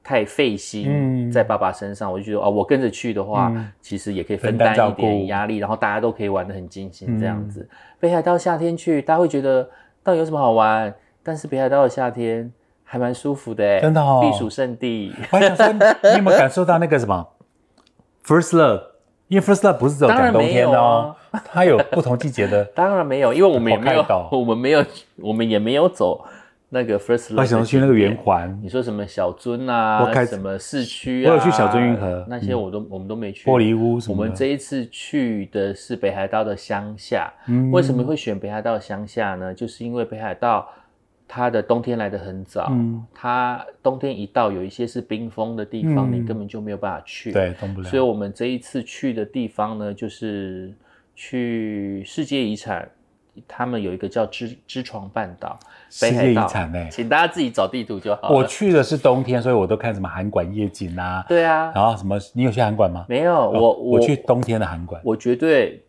[SPEAKER 3] 太费心
[SPEAKER 2] 嗯
[SPEAKER 3] 在爸爸身上。我就觉得哦，我跟着去的话，
[SPEAKER 2] 嗯
[SPEAKER 3] 其实也可以
[SPEAKER 2] 分
[SPEAKER 3] 分
[SPEAKER 2] 担
[SPEAKER 3] 担
[SPEAKER 2] 照
[SPEAKER 3] 一点
[SPEAKER 2] 顾
[SPEAKER 3] 压力，然后大家都可以玩得很尽兴这样
[SPEAKER 2] 嗯
[SPEAKER 3] 子。北海道夏天去，大家会觉得到底有什么好玩？但是北海道的夏天还蛮舒服的、欸，
[SPEAKER 2] 真的哦
[SPEAKER 3] 避暑胜地。。
[SPEAKER 2] 我还想说，你有没有感受到那个什么 first love？因为 first love 不是只有讲冬天的哦，它有不同季节的
[SPEAKER 3] 当然没有，因为我们也没有
[SPEAKER 2] 北海道，
[SPEAKER 3] 我们没有，我们也没有走那个 first love。
[SPEAKER 2] 我还想说去那个圆。环
[SPEAKER 3] 你说什么小樽啊，
[SPEAKER 2] 我开
[SPEAKER 3] 什么市区啊，
[SPEAKER 2] 我有去小樽运河嗯
[SPEAKER 3] 那些，我都、我们都没去。
[SPEAKER 2] 玻璃屋什
[SPEAKER 3] 我
[SPEAKER 2] 么
[SPEAKER 3] 们
[SPEAKER 2] 的，
[SPEAKER 3] 这一次去的是北海道的乡下，
[SPEAKER 2] 嗯
[SPEAKER 3] 为什么会选北海道乡下呢？就是因为北海道它的冬天来得很早，
[SPEAKER 2] 嗯
[SPEAKER 3] 它冬天一到，有一些是冰封的地方，
[SPEAKER 2] 嗯
[SPEAKER 3] 你根本就没有办法去。，
[SPEAKER 2] 对动不了
[SPEAKER 3] 所以我们这一次去的地方呢，就是去世界遗产，他们有一个叫知知床半岛，
[SPEAKER 2] 世
[SPEAKER 3] 北
[SPEAKER 2] 界
[SPEAKER 3] 海
[SPEAKER 2] 遗
[SPEAKER 3] 道，呃
[SPEAKER 2] 产哎。
[SPEAKER 3] 请大家自己找地图就好了。
[SPEAKER 2] 我去的是冬天，所以我都看什么韩馆夜景啊，
[SPEAKER 3] 对啊，
[SPEAKER 2] 然后什么，你有去韩馆吗？
[SPEAKER 3] 没有
[SPEAKER 2] 哦
[SPEAKER 3] 我
[SPEAKER 2] 我去冬天的韩馆，
[SPEAKER 3] 我绝对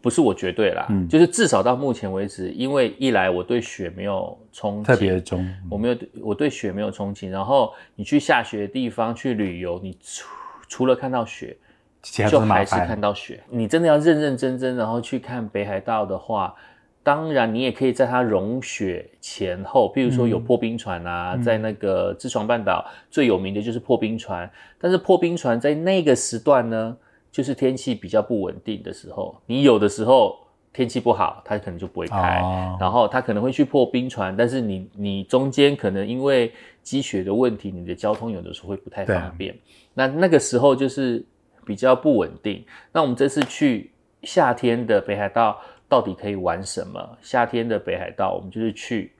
[SPEAKER 3] 不是我绝对啦，
[SPEAKER 2] 嗯
[SPEAKER 3] 就是至少到目前为止，因为一来我对雪没有憧憬，
[SPEAKER 2] 特别中，
[SPEAKER 3] 我没有对我对雪没有憧憬。然后你去下雪的地方去旅游，你除除了看到雪，
[SPEAKER 2] 其他都
[SPEAKER 3] 就是
[SPEAKER 2] 麻
[SPEAKER 3] 还是
[SPEAKER 2] 烦
[SPEAKER 3] 看。到雪。你真的要认认真真，然后去看北海道的话，当然你也可以在它融雪前后，譬如说有
[SPEAKER 2] 嗯
[SPEAKER 3] 破冰船啊，
[SPEAKER 2] 嗯
[SPEAKER 3] 在那个自床半岛最有名的就是破冰船，但是破冰船在那个时段呢，就是天气比较不稳定的时候，你有的时候天气不好，它可能就不会开。
[SPEAKER 2] 哦，
[SPEAKER 3] 然后他可能会去破冰船，但是你你中间可能因为积雪的问题，你的交通有的时候会不太
[SPEAKER 2] 对啊
[SPEAKER 3] 方便。那那个时候就是比较不稳定。那我们这次去夏天的北海道到底可以玩什么？夏天的北海道，我们就是去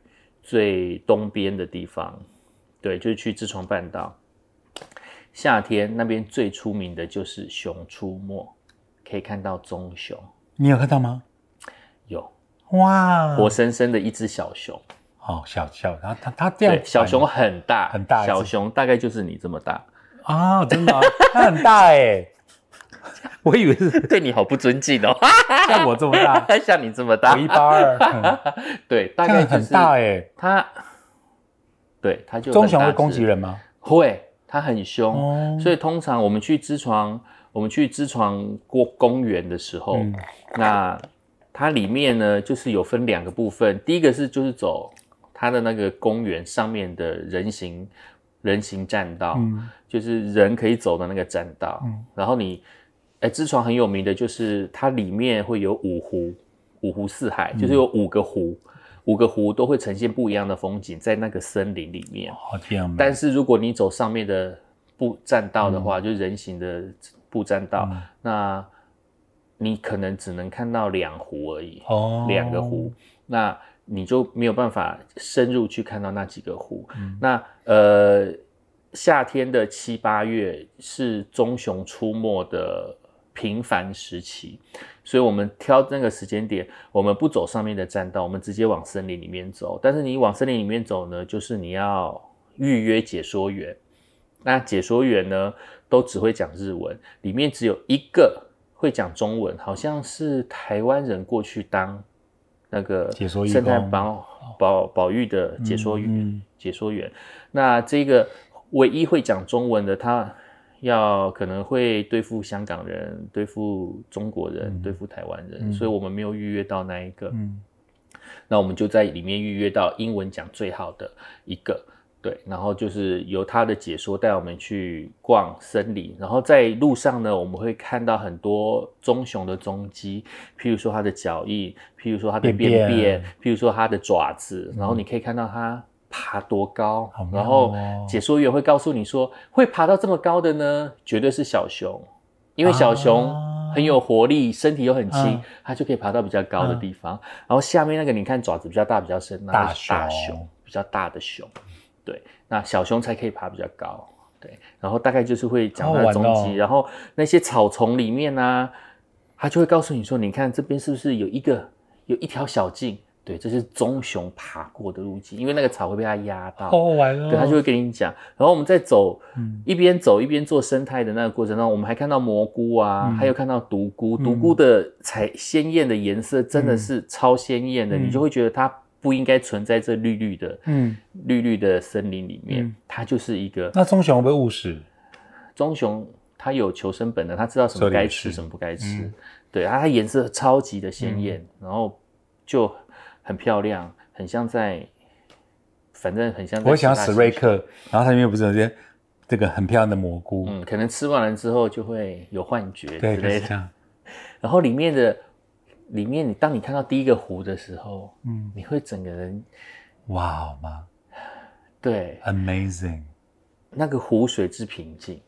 [SPEAKER 3] 最东边的地方，对，就是去自床半岛。夏天那边最出名的就是熊出没，可以看到棕熊，
[SPEAKER 2] 你有看到吗？
[SPEAKER 3] 有
[SPEAKER 2] 哇，
[SPEAKER 3] 活生生的一只小熊。
[SPEAKER 2] 哦，小小，然后它它这样
[SPEAKER 3] 对，小熊很大，
[SPEAKER 2] 很大一只
[SPEAKER 3] 小熊大概就是你这么大。
[SPEAKER 2] 啊，真的啊，它很大哎， 我以为是
[SPEAKER 3] 对你好不尊敬哦，
[SPEAKER 2] 像我这么 大，
[SPEAKER 3] 像你这么大
[SPEAKER 2] 我，一八二，嗯
[SPEAKER 3] 对，大
[SPEAKER 2] 这
[SPEAKER 3] 概
[SPEAKER 2] 样
[SPEAKER 3] 就
[SPEAKER 2] 很
[SPEAKER 3] 是
[SPEAKER 2] 大哎。
[SPEAKER 3] 它，对，它就
[SPEAKER 2] 棕
[SPEAKER 3] 很
[SPEAKER 2] 熊
[SPEAKER 3] 大
[SPEAKER 2] 会
[SPEAKER 3] 只
[SPEAKER 2] 攻击，人吗？
[SPEAKER 3] 会，它很凶，
[SPEAKER 2] 哦
[SPEAKER 3] 所以通常我们去支床，我们去支床过公园的时候，
[SPEAKER 2] 嗯
[SPEAKER 3] 那它里面呢就是有分两个部分，第一个是就是走它的那个公园上面的人行人行栈道，
[SPEAKER 2] 嗯，
[SPEAKER 3] 就是人可以走的那个栈道。
[SPEAKER 2] 嗯
[SPEAKER 3] 然后你，哎，支床很有名的就是它里面会有五湖，五湖四海，
[SPEAKER 2] 嗯
[SPEAKER 3] 就是有五个湖，五个湖都会呈现不一样的风景在那个森林里面。
[SPEAKER 2] 好天啊，
[SPEAKER 3] 但是如果你走上面的步栈道的话，就是人行的步栈道，
[SPEAKER 2] 嗯
[SPEAKER 3] 那你可能只能看到两湖而已。
[SPEAKER 2] 哦，
[SPEAKER 3] 两个湖，那你就没有办法深入去看到那几个湖。那呃，夏天的七八月是棕熊出没的频繁时期，所以我们挑那个时间点，我们不走上面的栈道，我们直接往森林里面走。但是你往森林里面走呢，就是你要预约解说员。那解说员呢，都只会讲日文，里面只有一个会讲中文，好像是台湾人过去当那个
[SPEAKER 2] 解说义
[SPEAKER 3] 生态
[SPEAKER 2] 工
[SPEAKER 3] 保保保育的解说员。
[SPEAKER 2] 嗯嗯
[SPEAKER 3] 解说员，那这个唯一会讲中文的，他要可能会对付香港人、对付中国人、
[SPEAKER 2] 嗯
[SPEAKER 3] 对付台湾人，
[SPEAKER 2] 嗯
[SPEAKER 3] 所以我们没有预约到那一个。
[SPEAKER 2] 嗯，
[SPEAKER 3] 那我们就在里面预约到英文讲最好的一个，对，然后就是由他的解说带我们去逛森林，然后在路上呢，我们会看到很多棕熊的踪迹，譬如说它的脚印，譬如说它的
[SPEAKER 2] 便
[SPEAKER 3] 便
[SPEAKER 2] 便嗯
[SPEAKER 3] 便，譬如说它的爪子，然后你可以看到它。爬多高
[SPEAKER 2] 好？妙
[SPEAKER 3] 然后
[SPEAKER 2] 哦
[SPEAKER 3] 解说员会告诉你说，会爬到这么高的呢，绝对是小熊，因为小熊
[SPEAKER 2] 啊
[SPEAKER 3] 很有活力，身体又很轻，
[SPEAKER 2] 嗯
[SPEAKER 3] 它就可以爬到比较高的
[SPEAKER 2] 嗯
[SPEAKER 3] 地方。然后下面那个你看爪子比较大、比较深，那
[SPEAKER 2] 大
[SPEAKER 3] 个是大
[SPEAKER 2] 熊
[SPEAKER 3] 熊比较大的熊，对，那小熊才可以爬比较高，对。然后大概就是会讲它的踪
[SPEAKER 2] 好好玩
[SPEAKER 3] 迹，
[SPEAKER 2] 哦
[SPEAKER 3] 然后那些草丛里面呢、啊，它就会告诉你说，你看这边是不是有一个有一条小径？对，这是棕熊爬过的路径，因为那个草会被它压到。
[SPEAKER 2] 好好玩
[SPEAKER 3] 嗯
[SPEAKER 2] 哦。
[SPEAKER 3] 对，他就会跟你讲。然后我们在走，
[SPEAKER 2] 嗯
[SPEAKER 3] 一边走一边做生态的那个过程中，我们还看到蘑菇啊，
[SPEAKER 2] 嗯
[SPEAKER 3] 还有看到独菇，
[SPEAKER 2] 嗯
[SPEAKER 3] 独菇的彩鲜艳的颜色真的是超鲜艳的，
[SPEAKER 2] 嗯
[SPEAKER 3] 你就会觉得它不应该存在这绿绿的、
[SPEAKER 2] 嗯，
[SPEAKER 3] 绿绿的森林里面，
[SPEAKER 2] 嗯
[SPEAKER 3] 它就是一个
[SPEAKER 2] 那棕熊会不会误食？
[SPEAKER 3] 棕熊。它有求生本能，它知道什
[SPEAKER 2] 这
[SPEAKER 3] 么
[SPEAKER 2] 里
[SPEAKER 3] 该
[SPEAKER 2] 是
[SPEAKER 3] 吃，什么不该吃。
[SPEAKER 2] 嗯
[SPEAKER 3] 对，它它颜色超级的鲜艳，然后就很漂亮，很像在，反正很像在
[SPEAKER 2] 我想要
[SPEAKER 3] 希腊
[SPEAKER 2] 史
[SPEAKER 3] 神
[SPEAKER 2] 瑞
[SPEAKER 3] 话
[SPEAKER 2] 克，然后它里面不是有些这个很漂亮的蘑菇？
[SPEAKER 3] 嗯，可能吃完了之后就会有幻觉
[SPEAKER 2] 对，
[SPEAKER 3] 之
[SPEAKER 2] 就
[SPEAKER 3] 类
[SPEAKER 2] 是
[SPEAKER 3] 的
[SPEAKER 2] 这。样。
[SPEAKER 3] 然后里面的，里面你当你看到第一个湖的时候，
[SPEAKER 2] 嗯，
[SPEAKER 3] 你会整个人
[SPEAKER 2] 哇哦妈
[SPEAKER 3] 对
[SPEAKER 2] ，amazing！
[SPEAKER 3] 那个湖水之平静，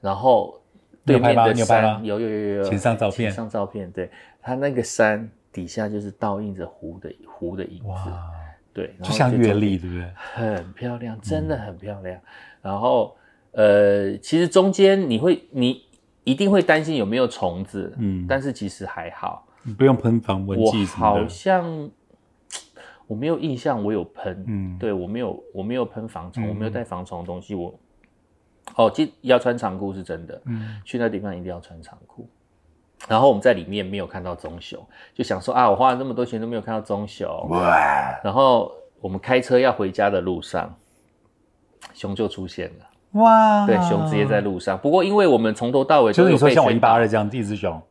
[SPEAKER 3] 然后
[SPEAKER 2] 你
[SPEAKER 3] 对
[SPEAKER 2] 有拍
[SPEAKER 3] 面
[SPEAKER 2] 吗
[SPEAKER 3] 的
[SPEAKER 2] 你有拍
[SPEAKER 3] 山
[SPEAKER 2] 吗
[SPEAKER 3] 有有有有，
[SPEAKER 2] 请上照片
[SPEAKER 3] 请上照片，对，它那个山底下就是倒映着湖的湖的影子，
[SPEAKER 2] 哇，
[SPEAKER 3] 对，然
[SPEAKER 2] 就
[SPEAKER 3] 后
[SPEAKER 2] 像月嗯
[SPEAKER 3] 中
[SPEAKER 2] 历，对不对？
[SPEAKER 3] 很漂亮，真的很漂亮。然后呃，其实中间你会你一定会担心有没有虫子，
[SPEAKER 2] 嗯
[SPEAKER 3] 但是其实还好。
[SPEAKER 2] 你不用喷防蚊
[SPEAKER 3] 我
[SPEAKER 2] 剂什么
[SPEAKER 3] 好
[SPEAKER 2] 的。
[SPEAKER 3] 像我没有印象，我有喷，
[SPEAKER 2] 嗯
[SPEAKER 3] 对我没有我没有喷防虫，
[SPEAKER 2] 嗯
[SPEAKER 3] 我没有带防虫的东西，我哦，记要穿长裤是真的，
[SPEAKER 2] 嗯，
[SPEAKER 3] 去那地方一定要穿长裤。然后我们在里面没有看到棕熊，就想说啊，我花了那么多钱都没有看到棕熊。
[SPEAKER 2] 哇
[SPEAKER 3] 然后我们开车要回家的路上，熊就出现了。
[SPEAKER 2] 哇，
[SPEAKER 3] 对，熊直接在，路上。不过因为我们从头到尾都
[SPEAKER 2] 啊就是
[SPEAKER 3] 有
[SPEAKER 2] 你说
[SPEAKER 3] 被
[SPEAKER 2] 像我一
[SPEAKER 3] 宣
[SPEAKER 2] 八
[SPEAKER 3] 导
[SPEAKER 2] 二这样，一只熊，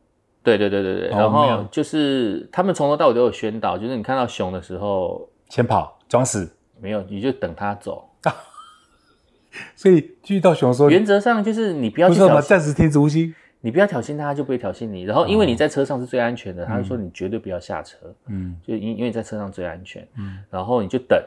[SPEAKER 3] 对对对对对。
[SPEAKER 2] 哦
[SPEAKER 3] 然
[SPEAKER 2] 没
[SPEAKER 3] 后
[SPEAKER 2] 有
[SPEAKER 3] 就是他们从头到尾都有宣导，就是你看到熊的时候，
[SPEAKER 2] 先跑装死，
[SPEAKER 3] 没有你就等它走。
[SPEAKER 2] 所以遇到熊的时候，
[SPEAKER 3] 原则上就是你不要
[SPEAKER 2] 不
[SPEAKER 3] 去
[SPEAKER 2] 是什
[SPEAKER 3] 挑
[SPEAKER 2] 么
[SPEAKER 3] 衅，
[SPEAKER 2] 暂时停止呼吸，
[SPEAKER 3] 你不要挑衅它，它就不会挑衅你。然后
[SPEAKER 2] 哦
[SPEAKER 3] 因为你在车上是最安全的，他就说你绝对不要下车，
[SPEAKER 2] 嗯，
[SPEAKER 3] 就因因为你在车上最安全。
[SPEAKER 2] 嗯
[SPEAKER 3] 然后你就等，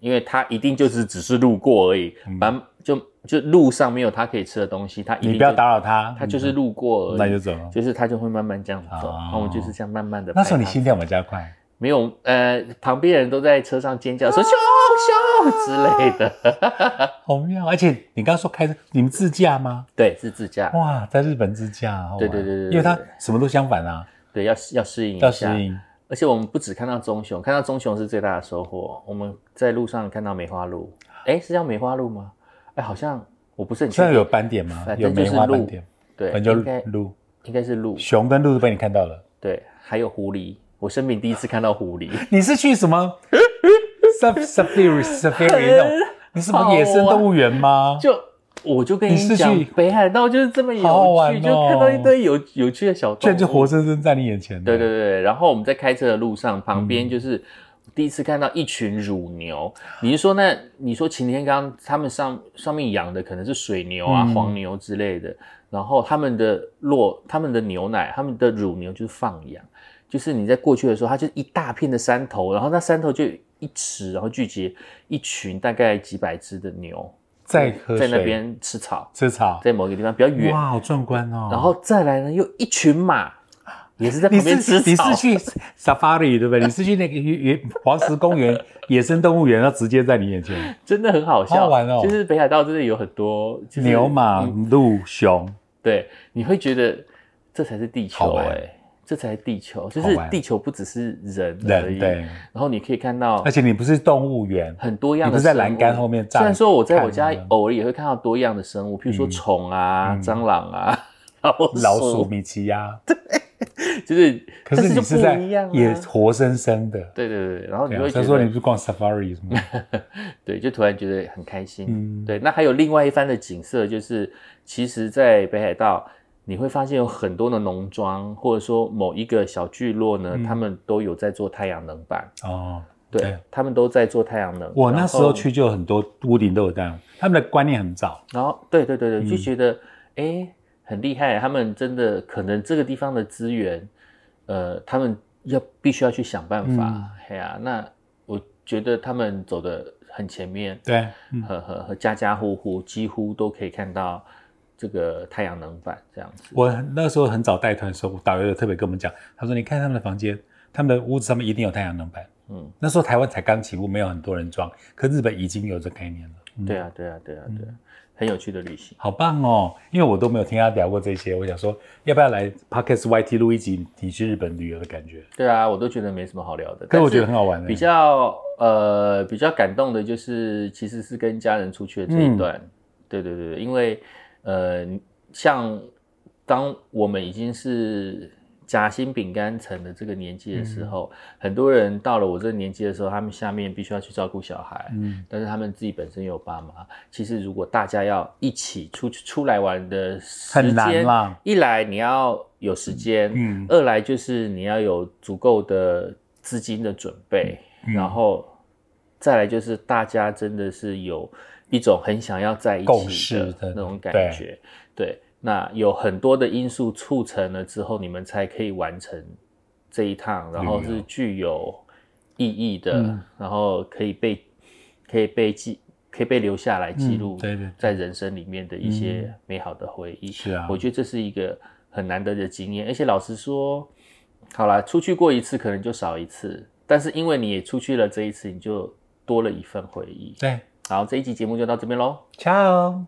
[SPEAKER 3] 因为它一定就是只是路过而已，反正就就路上没有它可以吃的东西，它一定
[SPEAKER 2] 嗯你不要
[SPEAKER 3] 就
[SPEAKER 2] 打扰它，
[SPEAKER 3] 它就是路过而已，
[SPEAKER 2] 那就走了
[SPEAKER 3] 就是它就会慢慢这样走，
[SPEAKER 2] 哦
[SPEAKER 3] 然后我就是这样慢慢的。
[SPEAKER 2] 那时候你心跳有没有加快？
[SPEAKER 3] 没有，呃，旁边人都在车上尖
[SPEAKER 2] 啊
[SPEAKER 3] 叫说“凶凶”之类的。
[SPEAKER 2] 好妙！而且你刚刚说开车，你们自驾吗？
[SPEAKER 3] 对，是自驾，
[SPEAKER 2] 哇，在日本自驾，好玩
[SPEAKER 3] 对对对对对
[SPEAKER 2] 因为它
[SPEAKER 3] 对
[SPEAKER 2] 什么都相反啊，
[SPEAKER 3] 对，要要适应一
[SPEAKER 2] 要适
[SPEAKER 3] 下。
[SPEAKER 2] 应。
[SPEAKER 3] 而且我们不只看到棕熊，看到棕熊是最大的收获。我们在路上看到梅花鹿，哎，是叫梅花鹿吗？哎，好像我不是很确
[SPEAKER 2] 现在
[SPEAKER 3] 定。
[SPEAKER 2] 有斑点吗？
[SPEAKER 3] 反
[SPEAKER 2] 有
[SPEAKER 3] 正就
[SPEAKER 2] 梅
[SPEAKER 3] 是
[SPEAKER 2] 花斑
[SPEAKER 3] 鹿
[SPEAKER 2] 点，
[SPEAKER 3] 对，
[SPEAKER 2] 反正
[SPEAKER 3] 应
[SPEAKER 2] 就
[SPEAKER 3] 该
[SPEAKER 2] 鹿，
[SPEAKER 3] 应该是鹿。
[SPEAKER 2] 熊跟鹿都被你看到了。
[SPEAKER 3] 对，还有狐狸，我生平第一次看到 狐狸。
[SPEAKER 2] 你是去什 么 saf- safari safari 那种？你是不是野生动物园吗？
[SPEAKER 3] 就我就跟
[SPEAKER 2] 你是
[SPEAKER 3] 你讲
[SPEAKER 2] 去，
[SPEAKER 3] 北海道就是这么有趣，
[SPEAKER 2] 好好玩哦
[SPEAKER 3] 就看到一堆有有趣的小
[SPEAKER 2] 居
[SPEAKER 3] 动
[SPEAKER 2] 然
[SPEAKER 3] 物。
[SPEAKER 2] 就活生生在你眼前。
[SPEAKER 3] 对对对对，然后我们在开车的路上，旁
[SPEAKER 2] 嗯
[SPEAKER 3] 边就是第一次看到一群乳牛。你是说那你说擎天刚他们上上面养的可能是水牛啊、
[SPEAKER 2] 嗯
[SPEAKER 3] 黄牛之类的，然后他们的落他们的牛奶、他们的乳牛就是放养，就是你在过去的时候，它就是一大片的山头，然后那山头就一池，然后聚集一群大概几百只的牛
[SPEAKER 2] 在喝
[SPEAKER 3] 在
[SPEAKER 2] 水，
[SPEAKER 3] 那边吃草，
[SPEAKER 2] 吃草，
[SPEAKER 3] 在某一个地方比较远，
[SPEAKER 2] 哇，好壮观哦！
[SPEAKER 3] 然后再来呢又一群马。也是在
[SPEAKER 2] 你
[SPEAKER 3] 旁边
[SPEAKER 2] 是
[SPEAKER 3] 吃草，
[SPEAKER 2] 你是去 safari 对不对？你是去那个野野黄石公园、野生动物园，然后直接在你眼前，
[SPEAKER 3] 真的很好笑，
[SPEAKER 2] 好玩哦
[SPEAKER 3] 就是北海道真的有很多、 就是、
[SPEAKER 2] 牛、马、
[SPEAKER 3] 嗯
[SPEAKER 2] 鹿、熊，
[SPEAKER 3] 对，你会觉得这才是地
[SPEAKER 2] 好
[SPEAKER 3] 球
[SPEAKER 2] 玩
[SPEAKER 3] 哎、这才是地球，就
[SPEAKER 2] 好
[SPEAKER 3] 是
[SPEAKER 2] 玩
[SPEAKER 3] 地球不只是人而
[SPEAKER 2] 人
[SPEAKER 3] 已。
[SPEAKER 2] 对，
[SPEAKER 3] 然后你可以看到
[SPEAKER 2] 而且你不是动物园，
[SPEAKER 3] 很多样的
[SPEAKER 2] 你不是在
[SPEAKER 3] 生物
[SPEAKER 2] 栏杆后面站
[SPEAKER 3] 虽然说我在我家
[SPEAKER 2] 看吗
[SPEAKER 3] 偶尔也会看到多样的生物，譬如说虫啊、蟑螂啊、
[SPEAKER 2] 嗯 老
[SPEAKER 3] 老
[SPEAKER 2] 鼠、，米奇呀，
[SPEAKER 3] 就是
[SPEAKER 2] 可是
[SPEAKER 3] 但
[SPEAKER 2] 你
[SPEAKER 3] 就是不
[SPEAKER 2] 在
[SPEAKER 3] 一样、啊、
[SPEAKER 2] 也活生生的。
[SPEAKER 3] 对对对，然后你
[SPEAKER 2] 对
[SPEAKER 3] 会
[SPEAKER 2] 啊，
[SPEAKER 3] 觉
[SPEAKER 2] 他
[SPEAKER 3] 得
[SPEAKER 2] 说你不是逛 safari 什么？
[SPEAKER 3] 对，就突然觉得很开心。
[SPEAKER 2] 嗯
[SPEAKER 3] 对，那还有另外一番的景色，就是其实，在北海道你会发现有很多的农庄，或者说某一个小聚落呢，他们都有在做太阳能板。
[SPEAKER 2] 哦，
[SPEAKER 3] 对，
[SPEAKER 2] 嗯对
[SPEAKER 3] 他们都在做太阳能。
[SPEAKER 2] 我那
[SPEAKER 3] 然
[SPEAKER 2] 时候
[SPEAKER 3] 后，
[SPEAKER 2] 去就有很多屋顶都有哦这样，他们的观念很早。
[SPEAKER 3] 然后对对对对，
[SPEAKER 2] 嗯
[SPEAKER 3] 就觉得哎、诶很厉害，他们真的可能这个地方的资源，呃，他们要必须要去想办
[SPEAKER 2] 嗯
[SPEAKER 3] 法。哎呀、那我觉得他们走的很前面。
[SPEAKER 2] 对，嗯，
[SPEAKER 3] 和和和家家户户几乎都可以看到这个太阳能板这样子。
[SPEAKER 2] 我那时候很早带团的时候，导游有特别跟我们讲，他说你看他们的房间，他们的屋子上面一定有太阳能板。
[SPEAKER 3] 嗯，
[SPEAKER 2] 那时候台湾才刚起步，没有很多人装，可日本已经有这概念了。嗯
[SPEAKER 3] 对啊，对啊，对啊，对啊，很有趣的旅行。
[SPEAKER 2] 好棒哦！因为我都没有听他聊过这些，我想说要不 要来 Podcast YT 录一集你去日本旅游的感觉？
[SPEAKER 3] 对啊，我都觉得没什么好聊的，
[SPEAKER 2] 可是我觉得
[SPEAKER 3] 但
[SPEAKER 2] 很好玩、欸，
[SPEAKER 3] 比较呃比较感动的就是其实是跟家人出去的这
[SPEAKER 2] 嗯
[SPEAKER 3] 一段。对对对，对因为呃像当我们已经是。夹心饼干层的这个年纪的
[SPEAKER 2] 嗯
[SPEAKER 3] 时候，很多人到了我这个年纪的时候，他们下面必须要去照顾小孩，
[SPEAKER 2] 嗯，
[SPEAKER 3] 但是他们自己本身有爸妈。其实如果大家要一起出去出来玩的时间，
[SPEAKER 2] 很难啦
[SPEAKER 3] 一来你要有时间，
[SPEAKER 2] 嗯
[SPEAKER 3] 二来就是你要有足够的资金的准备，
[SPEAKER 2] 嗯
[SPEAKER 3] 然后再来就是大家真的是有一种很想要在一
[SPEAKER 2] 共
[SPEAKER 3] 起
[SPEAKER 2] 识
[SPEAKER 3] 的
[SPEAKER 2] 的
[SPEAKER 3] 那种感觉，对。那有很多的因素促成了之后，你们才可以完成这一趟，然后
[SPEAKER 2] 旅
[SPEAKER 3] 是
[SPEAKER 2] 游
[SPEAKER 3] 具有意义的，
[SPEAKER 2] 嗯
[SPEAKER 3] 然后可以被可以被记，可以被留下来记录
[SPEAKER 2] 嗯，对对对
[SPEAKER 3] 在人生里面的一些美好的回忆。
[SPEAKER 2] 是啊
[SPEAKER 3] 我觉得这是一个很难得的经验，而且老实说，好啦，出去过一次可能就少一次，但是因为你也出去了这一次，你就多了一份回忆。
[SPEAKER 2] 对，
[SPEAKER 3] 好，这一集节目就到这边喽。
[SPEAKER 2] ciao。